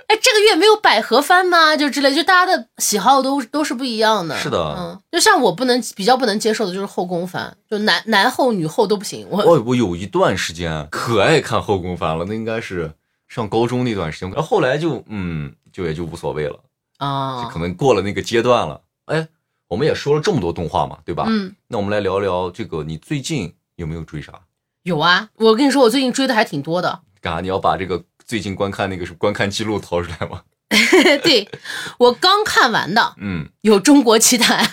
[SPEAKER 2] 哎，这个月没有百合番吗？就之类，就大家的喜好都都是不一样的。
[SPEAKER 1] 是的
[SPEAKER 2] 嗯，就像我不能比较不能接受的就是后宫番，就男男后女后都不行。我
[SPEAKER 1] 哦我我有一段时间可爱看后宫番了，那应该是上高中那段时间，然后后来就嗯，就也就无所谓了，就
[SPEAKER 2] 啊
[SPEAKER 1] 可，能过了那个阶段了。哎，我们也说了这么多动画嘛，对吧？
[SPEAKER 2] 嗯，
[SPEAKER 1] 那我们来聊聊这个，你最近有没有追啥？
[SPEAKER 2] 有啊，我跟你说，我最近追的还挺多的。
[SPEAKER 1] 干啥？你要把这个最近观看那个是观看记录掏出来吗？
[SPEAKER 2] 对，我刚看完的
[SPEAKER 1] 嗯，
[SPEAKER 2] 有《中国奇谭》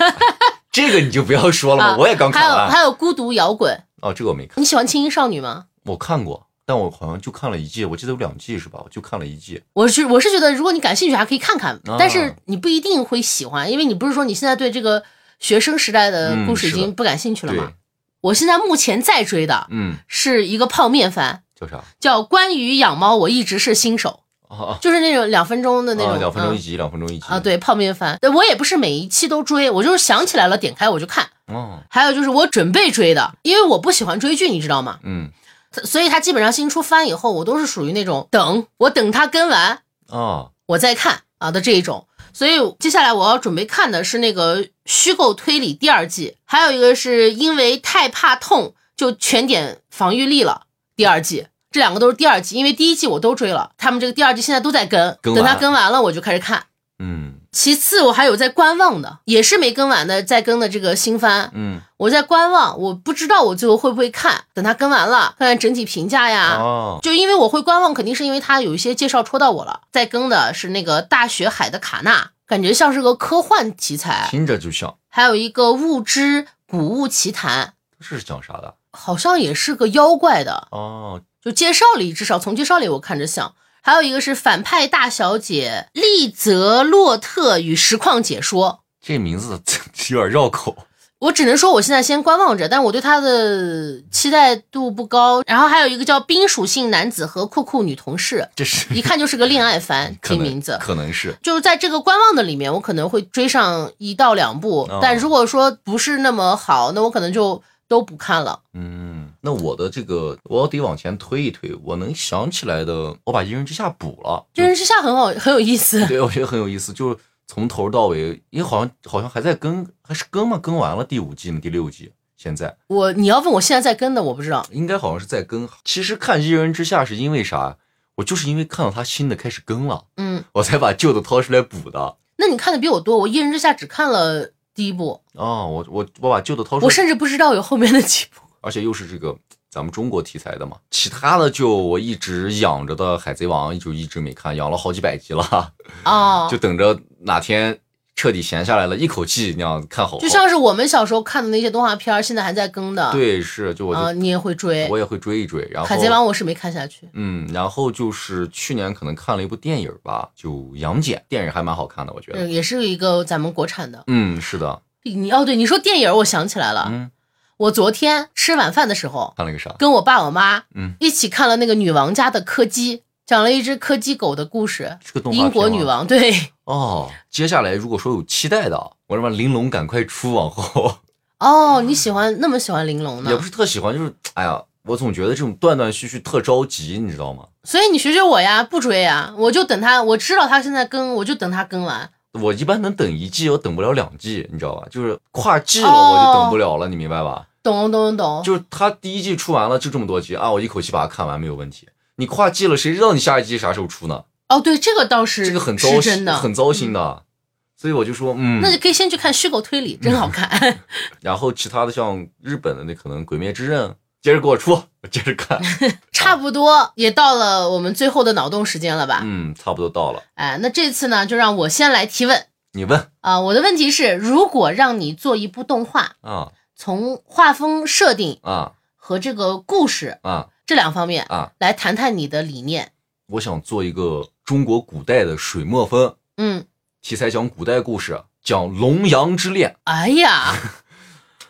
[SPEAKER 1] 这个你就不要说了吧，
[SPEAKER 2] 啊
[SPEAKER 1] 我也刚
[SPEAKER 2] 还
[SPEAKER 1] 看
[SPEAKER 2] 有
[SPEAKER 1] 完。
[SPEAKER 2] 还有《孤独摇滚》。
[SPEAKER 1] 哦，这个我没看，
[SPEAKER 2] 你喜欢《轻音少女》吗？
[SPEAKER 1] 我看过，但我好像就看了一季，我记得有两季是吧？我就看了一季。
[SPEAKER 2] 我是我是觉得，如果你感兴趣，还可以看看，
[SPEAKER 1] 啊
[SPEAKER 2] 但是你不一定会喜欢，因为你不是说你现在对这个学生时代的
[SPEAKER 1] 嗯
[SPEAKER 2] 故事已
[SPEAKER 1] 是的
[SPEAKER 2] 经不感兴趣了
[SPEAKER 1] 对
[SPEAKER 2] 吗？，我现在目前在追的
[SPEAKER 1] 嗯，
[SPEAKER 2] 是一个泡面番，
[SPEAKER 1] 叫 啥？
[SPEAKER 2] 叫《关于养猫我一直是新手
[SPEAKER 1] 啊》，
[SPEAKER 2] 就是那种两分钟的
[SPEAKER 1] 啊，
[SPEAKER 2] 那种、
[SPEAKER 1] 啊两分钟一
[SPEAKER 2] 嗯
[SPEAKER 1] 集，两分钟一集
[SPEAKER 2] 啊，，对泡面番，对我也不是每一期都追，我就是想起来了点开我就看。
[SPEAKER 1] 哦，
[SPEAKER 2] 还有就是我准备追的，因为我不喜欢追剧，你知道吗？
[SPEAKER 1] 嗯，
[SPEAKER 2] 所以它基本上新出番以后，我都是属于那种等我等它跟完，
[SPEAKER 1] 啊，
[SPEAKER 2] 我再看啊的这一种。所以接下来我要准备看的是那个虚构推理第二季，还有一个是因为太怕痛就全点防御力了第二季。这两个都是第二季，因为第一季我都追了，他们这个第二季现在都在跟，
[SPEAKER 1] 跟
[SPEAKER 2] 等
[SPEAKER 1] 完
[SPEAKER 2] 它跟完了我就开始看。
[SPEAKER 1] 嗯
[SPEAKER 2] 其次，我还有在观望的，也是没跟完的，在跟的这个新番，
[SPEAKER 1] 嗯，
[SPEAKER 2] 我在观望，我不知道我最后会不会看，等它跟完了，看看整体评价呀，
[SPEAKER 1] 哦，
[SPEAKER 2] 就因为我会观望，肯定是因为他有一些介绍戳到我了。在更的是那个大学海的卡纳，感觉像是个科幻题材，
[SPEAKER 1] 听着就像，
[SPEAKER 2] 还有一个物之古物奇谭，
[SPEAKER 1] 这是讲啥的？
[SPEAKER 2] 好像也是个妖怪的。
[SPEAKER 1] 哦，
[SPEAKER 2] 就介绍里，至少从介绍里我看着像。还有一个是反派大小姐丽泽洛特与实况解说。
[SPEAKER 1] 这名字 有点绕口。
[SPEAKER 2] 我只能说，我现在先观望着，但我对他的期待度不高。然后还有一个叫冰属性男子和酷酷女同事，
[SPEAKER 1] 这是，
[SPEAKER 2] 一看就是个恋爱番
[SPEAKER 1] 可
[SPEAKER 2] 听
[SPEAKER 1] 能
[SPEAKER 2] 名字。
[SPEAKER 1] 可能是
[SPEAKER 2] 就是在这个观望的里面，我可能会追上一到两部，
[SPEAKER 1] 哦
[SPEAKER 2] 但如果说不是那么好，那我可能就都不看了。
[SPEAKER 1] 嗯，那我的这个我得往前推一推，我能想起来的，我把《一人之下》补了。
[SPEAKER 2] 《真人之下》很好，很有意思。
[SPEAKER 1] 对，我觉得很有意思，就是从头到尾，也好像好像还在更，还是更吗？更完了第五季呢，第六季，现在
[SPEAKER 2] 我你要问我现在在跟的，我不知道。
[SPEAKER 1] 应该好像是在更。其实看《一人之下》是因为啥？我就是因为看到他新的开始更了，
[SPEAKER 2] 嗯，
[SPEAKER 1] 我才把旧的掏出来补的。
[SPEAKER 2] 那你看的比我多，我一人之下只看了第一部，
[SPEAKER 1] 啊，我我我把旧的掏出
[SPEAKER 2] 我
[SPEAKER 1] 来，
[SPEAKER 2] 甚至不知道有后面的几 部。
[SPEAKER 1] 而且又是这个咱们中国题材的嘛。其他的就我一直养着的《海贼王》就一直没看，养了好几百集了，
[SPEAKER 2] 哦，
[SPEAKER 1] 就等着哪天彻底闲下来了，一口气那样看好。
[SPEAKER 2] 就像是我们小时候看的那些动画片儿，现在还在更的。
[SPEAKER 1] 对，是就我就、
[SPEAKER 2] 啊，你也会追
[SPEAKER 1] 我也会追一追，然
[SPEAKER 2] 《
[SPEAKER 1] 后
[SPEAKER 2] 海贼王》，我是没看下去。
[SPEAKER 1] 嗯，然后就是去年可能看了一部电影吧，就《杨戬》，电影还蛮好看的，我觉得。
[SPEAKER 2] 嗯，也是一个咱们国产的。
[SPEAKER 1] 嗯，是的，
[SPEAKER 2] 你哦，对，你说电影，我想起来了。
[SPEAKER 1] 嗯，
[SPEAKER 2] 我昨天吃晚饭的时候，
[SPEAKER 1] 看了个啥？
[SPEAKER 2] 跟我爸我妈
[SPEAKER 1] 嗯
[SPEAKER 2] 一起看了那个《女王家的柯基》，讲了一只柯基狗的故事。
[SPEAKER 1] 是个动画片
[SPEAKER 2] 英国
[SPEAKER 1] 吗
[SPEAKER 2] 女王对
[SPEAKER 1] 哦。接下来如果说有期待的啊，我他妈玲珑赶快出，往后
[SPEAKER 2] 哦，你喜欢那么喜欢玲珑
[SPEAKER 1] 也不
[SPEAKER 2] 呢？
[SPEAKER 1] 是特喜欢，就是哎呀，我总觉得这种断断续续特着急，你知道吗？
[SPEAKER 2] 所以你学学我呀，不追呀，我就等他，我知道他现在更，我就等他更完。
[SPEAKER 1] 我一般能等一季，我等不了两季，你知道吧？就是跨季了，
[SPEAKER 2] 哦
[SPEAKER 1] 我就等不了了，你明白吧？
[SPEAKER 2] 懂懂懂，
[SPEAKER 1] 就是他第一季出完了，就这么多集啊，我一口气把它看完没有问题。你跨季了，谁知道你下一季啥时候出呢？
[SPEAKER 2] 哦，对，这个倒是
[SPEAKER 1] 这个很糟
[SPEAKER 2] 是
[SPEAKER 1] 心，
[SPEAKER 2] 真的，嗯
[SPEAKER 1] 很糟心的。所以我就说，嗯，
[SPEAKER 2] 那就可以先去看虚构推 理，真好看。
[SPEAKER 1] 然后其他的像日本的那可能《鬼灭之刃》，接着给我出，我接着 看。
[SPEAKER 2] 差不多也到了我们最后的脑洞时间了吧？
[SPEAKER 1] 嗯，差不多到了，嗯
[SPEAKER 2] 哎，那这次呢，就让我先来提问
[SPEAKER 1] 你问
[SPEAKER 2] 啊、我的问题是，如果让你做一部动画，
[SPEAKER 1] 啊
[SPEAKER 2] 从画风设定
[SPEAKER 1] 啊
[SPEAKER 2] 和这个故事
[SPEAKER 1] 啊
[SPEAKER 2] 这两方面
[SPEAKER 1] 啊！
[SPEAKER 2] 来谈谈你的理念。
[SPEAKER 1] 我想做一个中国古代的水墨风
[SPEAKER 2] 嗯，
[SPEAKER 1] 题材，讲古代故事，讲龙阳之恋，
[SPEAKER 2] 哎呀，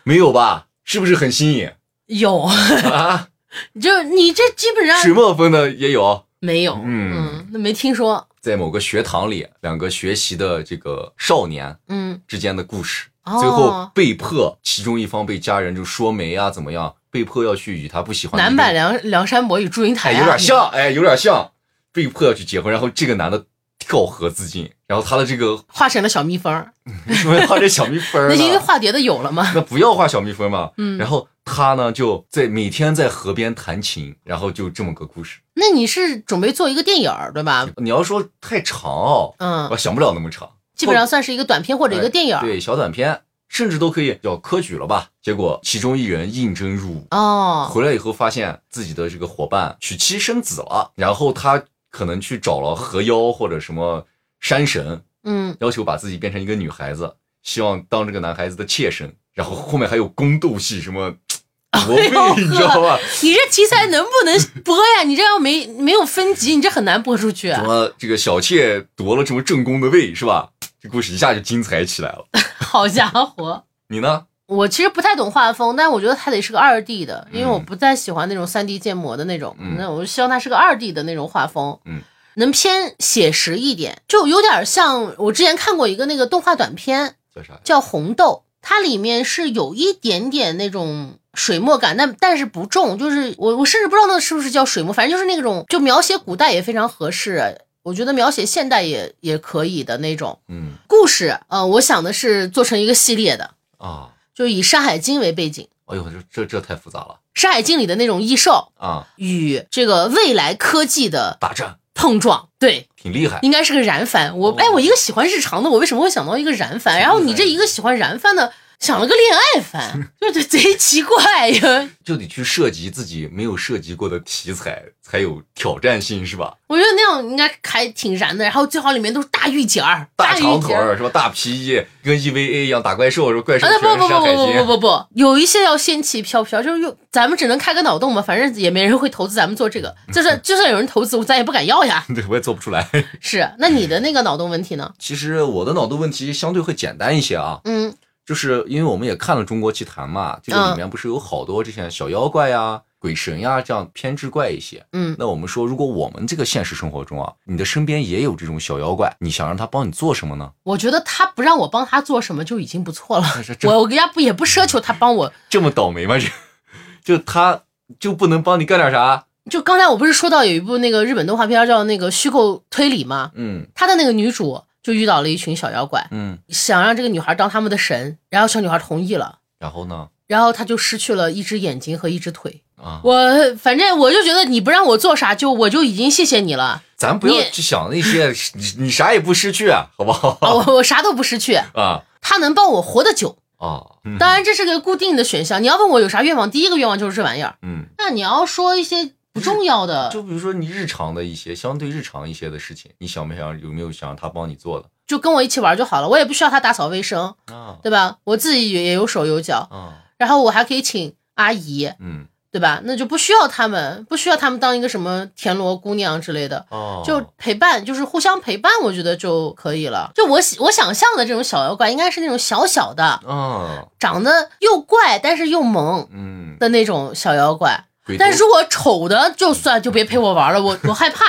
[SPEAKER 1] 没有吧？是不是很新颖
[SPEAKER 2] 有，
[SPEAKER 1] 啊？
[SPEAKER 2] 就是你这基本上
[SPEAKER 1] 水墨风的也有，
[SPEAKER 2] 没有，
[SPEAKER 1] 嗯
[SPEAKER 2] 嗯，那没听说，
[SPEAKER 1] 在某个学堂里，两个学习的这个少年
[SPEAKER 2] 嗯，
[SPEAKER 1] 之间的故事，
[SPEAKER 2] 哦
[SPEAKER 1] 最后被迫其中一方被家人就说媒啊，怎么样，被迫要去与他不喜欢的
[SPEAKER 2] 南
[SPEAKER 1] 一个
[SPEAKER 2] 版梁梁山伯与祝英台、
[SPEAKER 1] 哎，
[SPEAKER 2] 啊
[SPEAKER 1] 有点像，哎，有点像，被迫要去结婚，然后这个男的跳河自尽，然后他的这个
[SPEAKER 2] 画成了小蜜蜂儿，
[SPEAKER 1] 为什么要画这小蜜蜂儿
[SPEAKER 2] 那
[SPEAKER 1] 呢？
[SPEAKER 2] 是因为化蝶的有了吗？
[SPEAKER 1] 那不要画小蜜蜂嘛。
[SPEAKER 2] 嗯
[SPEAKER 1] 然后他呢就在每天在河边弹琴，然后就这么个故事。
[SPEAKER 2] 那你是准备做一个电影儿对吧？
[SPEAKER 1] 你要说太长哦，
[SPEAKER 2] 嗯
[SPEAKER 1] 我，想不了那么长，
[SPEAKER 2] 基本上算是一个短片或者一个电影儿。
[SPEAKER 1] 哎对小短片，甚至都可以叫科举了吧。结果其中一人应征入伍，
[SPEAKER 2] 哦，
[SPEAKER 1] 回来以后发现自己的这个伙伴娶妻生子了，然后他可能去找了河妖或者什么山神，
[SPEAKER 2] 嗯，
[SPEAKER 1] 要求把自己变成一个女孩子，希望当这个男孩子的妾身。然后后面还有宫斗戏，什么国
[SPEAKER 2] 哎呦呵
[SPEAKER 1] 卫，你知道吧？
[SPEAKER 2] 你这题材能不能播呀？你这要没没有分级，你这很难播出去、
[SPEAKER 1] 什么这个小妾夺了什么正宫的位，是吧？这故事一下就精彩起来了。
[SPEAKER 2] 好家伙！
[SPEAKER 1] 你呢？
[SPEAKER 2] 我其实不太懂画风，但我觉得它得是个二 D 的，因为我
[SPEAKER 1] 嗯
[SPEAKER 2] 不太喜欢那种三 D 建模的那种。
[SPEAKER 1] 嗯
[SPEAKER 2] 那我希望它是个二 D 的那种画风，
[SPEAKER 1] 嗯，
[SPEAKER 2] 能偏写实一点，就有点像我之前看过一个那个动画短片，
[SPEAKER 1] 叫啥呀？
[SPEAKER 2] 叫红豆，它里面是有一点点那种水墨感，但但是不重，就是我我甚至不知道那是不是叫水墨，反正就是那种就描写古代也非常合适，我觉得描写现代也也可以的那种
[SPEAKER 1] 嗯
[SPEAKER 2] 故事。呃，我想的是做成一个系列的，
[SPEAKER 1] 啊，
[SPEAKER 2] 就以《山海经》为背景，
[SPEAKER 1] 哎呦，这这这太复杂了
[SPEAKER 2] 《山海经》里的那种异兽
[SPEAKER 1] 啊！
[SPEAKER 2] 与这个未来科技的
[SPEAKER 1] 大战
[SPEAKER 2] 碰撞，对，
[SPEAKER 1] 挺厉害，
[SPEAKER 2] 应该是个燃番。我
[SPEAKER 1] 哦
[SPEAKER 2] 哎，我一个喜欢日常的，我为什么会想到一个燃番？然后你这一个喜欢燃番的，想了个恋爱番，就是贼奇怪呀。
[SPEAKER 1] 就得去涉及自己没有涉及过的题材，才有挑战性，是吧？
[SPEAKER 2] 我觉得那样应该还挺燃的，然后最好里面都是大御姐儿，
[SPEAKER 1] 大
[SPEAKER 2] 御
[SPEAKER 1] 长
[SPEAKER 2] 姐
[SPEAKER 1] 腿
[SPEAKER 2] 儿。
[SPEAKER 1] 儿是吧？大皮衣跟 EVA 一样打怪兽，是吧怪兽
[SPEAKER 2] 啊，
[SPEAKER 1] 全是
[SPEAKER 2] 那不不
[SPEAKER 1] 山
[SPEAKER 2] 不
[SPEAKER 1] 海
[SPEAKER 2] 不不不
[SPEAKER 1] 经。
[SPEAKER 2] 不不，有一些要仙气飘飘，就是用咱们只能开个脑洞嘛，反正也没人会投资咱们做这个，就算就算有人投资，咱也不敢要呀。
[SPEAKER 1] 对，我也做不出来。
[SPEAKER 2] 是，那你的那个脑洞问题呢？
[SPEAKER 1] 其实我的脑洞问题相对会简单一些啊，
[SPEAKER 2] 嗯
[SPEAKER 1] 就是因为我们也看了中国奇谭嘛，这个里面不是有好多这些小妖怪呀、鬼神呀这样偏执怪一些。
[SPEAKER 2] 嗯
[SPEAKER 1] 那我们说，如果我们这个现实生活中啊，你的身边也有这种小妖怪，你想让他帮你做什么呢？
[SPEAKER 2] 我觉得他不让我帮他做什么就已经不错了
[SPEAKER 1] 是，这
[SPEAKER 2] 我我家不也不奢求他帮我
[SPEAKER 1] 这么倒霉吗？这 就他就不能帮你干点啥？
[SPEAKER 2] 就刚才我不是说到有一部那个日本动画片儿叫那个虚构推理吗？
[SPEAKER 1] 嗯
[SPEAKER 2] 她的那个女主就遇到了一群小妖怪，
[SPEAKER 1] 嗯，
[SPEAKER 2] 想让这个女孩当他们的神，然后小女孩同意了，
[SPEAKER 1] 然后呢？
[SPEAKER 2] 然后她就失去了一只眼睛和一只腿，
[SPEAKER 1] 啊、啊，
[SPEAKER 2] 我反正我就觉得你不让我做啥，就我就已经谢谢你了，
[SPEAKER 1] 咱不要
[SPEAKER 2] 你
[SPEAKER 1] 去想那些，你你啥也不失去，好不
[SPEAKER 2] 啊、
[SPEAKER 1] 好？
[SPEAKER 2] 我我啥都不失去，
[SPEAKER 1] 啊
[SPEAKER 2] 他能帮我活得久。
[SPEAKER 1] 啊，嗯
[SPEAKER 2] 当然这是个固定的选项，你要问我有啥愿望，第一个愿望就是这玩意儿。
[SPEAKER 1] 嗯，
[SPEAKER 2] 那你要说一些不重要的，就
[SPEAKER 1] 就比如说你日常的一些相对日常一些的事情，你想没想有没有想让他帮你做的
[SPEAKER 2] 就跟我一起玩就好了，我也不需要他打扫卫生，
[SPEAKER 1] 啊
[SPEAKER 2] 对吧？我自己也也有手有脚，
[SPEAKER 1] 啊
[SPEAKER 2] 然后我还可以请阿姨，
[SPEAKER 1] 嗯
[SPEAKER 2] 对吧？那就不需要他们，不需要他们当一个什么田螺姑娘之类的。
[SPEAKER 1] 哦，
[SPEAKER 2] 就陪伴，就是互相陪伴，我觉得就可以了。就我喜我想象的这种小妖怪，应该是那种小小的，
[SPEAKER 1] 啊
[SPEAKER 2] 长得又怪但是又萌
[SPEAKER 1] 嗯，
[SPEAKER 2] 的那种小妖怪。
[SPEAKER 1] 鬼
[SPEAKER 2] 但
[SPEAKER 1] 头
[SPEAKER 2] 如果丑的，就算就别陪我玩了，我我害怕。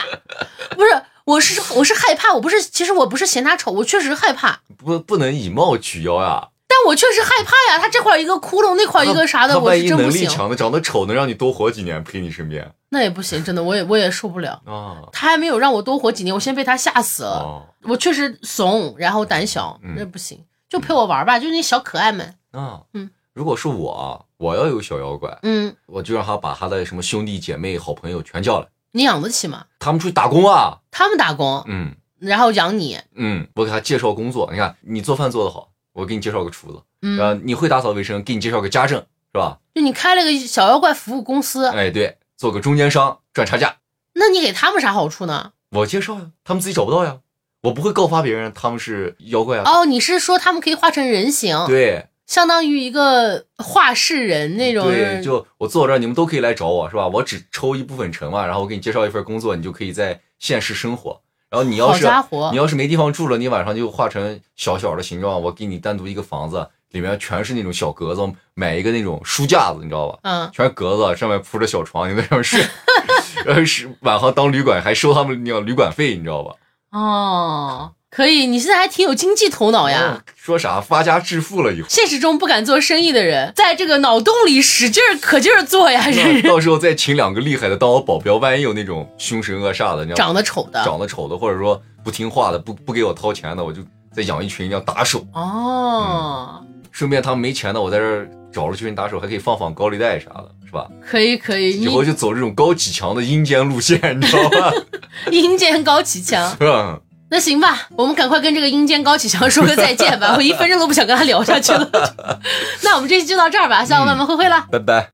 [SPEAKER 2] 不是，我是我是害怕，我不是，其实我不是嫌他丑，我确实害怕。
[SPEAKER 1] 不不能以貌取妖啊呀，
[SPEAKER 2] 但我确实害怕呀，他这块儿一个窟窿，那块儿一个啥
[SPEAKER 1] 他
[SPEAKER 2] 的，我
[SPEAKER 1] 万
[SPEAKER 2] 是
[SPEAKER 1] 一
[SPEAKER 2] 真不
[SPEAKER 1] 能力
[SPEAKER 2] 行，
[SPEAKER 1] 强的长得丑，能让你多活几年陪你身边
[SPEAKER 2] 那也不行，真的，我也我也受不了。
[SPEAKER 1] 啊
[SPEAKER 2] 他还没有让我多活几年，我先被他吓死了。
[SPEAKER 1] 哦
[SPEAKER 2] 我确实怂，然后胆小，
[SPEAKER 1] 嗯
[SPEAKER 2] 那不行，就陪我玩吧，就是那小可爱们，
[SPEAKER 1] 啊
[SPEAKER 2] 嗯。
[SPEAKER 1] 如果是我啊，我要有小妖怪，
[SPEAKER 2] 嗯，
[SPEAKER 1] 我就让他把他的什么兄弟姐妹、好朋友全叫来，
[SPEAKER 2] 你养得起吗？
[SPEAKER 1] 他们出去打工啊。
[SPEAKER 2] 他们打工，
[SPEAKER 1] 嗯
[SPEAKER 2] 然后养你，
[SPEAKER 1] 嗯，我给他介绍工作，你看你做饭做得好，我给你介绍个厨子，然后
[SPEAKER 2] 嗯，
[SPEAKER 1] 你会打扫卫生，给你介绍个家政，是吧？
[SPEAKER 2] 就你开了个小妖怪服务公司，
[SPEAKER 1] 哎，对，做个中间商赚差价，
[SPEAKER 2] 那你给他们啥好处呢？
[SPEAKER 1] 我介绍呀，他们自己找不到呀，我不会告发别人他们是妖怪啊。
[SPEAKER 2] 哦，你是说他们可以化成人形，
[SPEAKER 1] 对
[SPEAKER 2] 相当于一个画室人那种，
[SPEAKER 1] 对，就我坐我这儿，你们都可以来找我，是吧？我只抽一部分成嘛，然后我给你介绍一份工作，你就可以在现实生活。然后你要
[SPEAKER 2] 好
[SPEAKER 1] 是
[SPEAKER 2] 家
[SPEAKER 1] 你
[SPEAKER 2] 伙，
[SPEAKER 1] 要是没地方住了，你晚上就化成小小的形状，我给你单独一个房子，里面全是那种小格子，买一个那种书架子，你知道吧？
[SPEAKER 2] 嗯，
[SPEAKER 1] 全是格子，上面铺着小床，你在上面睡， 呃，是晚上当旅馆还收他们那个旅馆费，你知道吧？
[SPEAKER 2] 哦，可以，你现在还挺有经济头脑呀。
[SPEAKER 1] 哦说啥发家致富了以后，
[SPEAKER 2] 现实中不敢做生意的人，在这个脑洞里使劲儿可劲儿做呀，这是
[SPEAKER 1] 到时候再请两个厉害的当我保镖，万一有那种凶神恶煞的，你知道吗
[SPEAKER 2] 长得丑的，
[SPEAKER 1] 长得丑的，或者说不听话的，不不给我掏钱的，我就再养一群要打手，
[SPEAKER 2] 哦，
[SPEAKER 1] 顺便他们没钱的，我在这儿找了群打手，还可以放放高利贷啥的，是吧？
[SPEAKER 2] 可以可以，
[SPEAKER 1] 以后就走这种高启强的阴间路线，你知道吧？
[SPEAKER 2] 你阴间高启强，
[SPEAKER 1] 嗯
[SPEAKER 2] 那行吧，我们赶快跟这个阴间高启强说个再 见吧，我一分钟都不想跟他聊下去了。那我们这期就到这儿吧，下午慢慢灰灰啦。
[SPEAKER 1] 拜拜。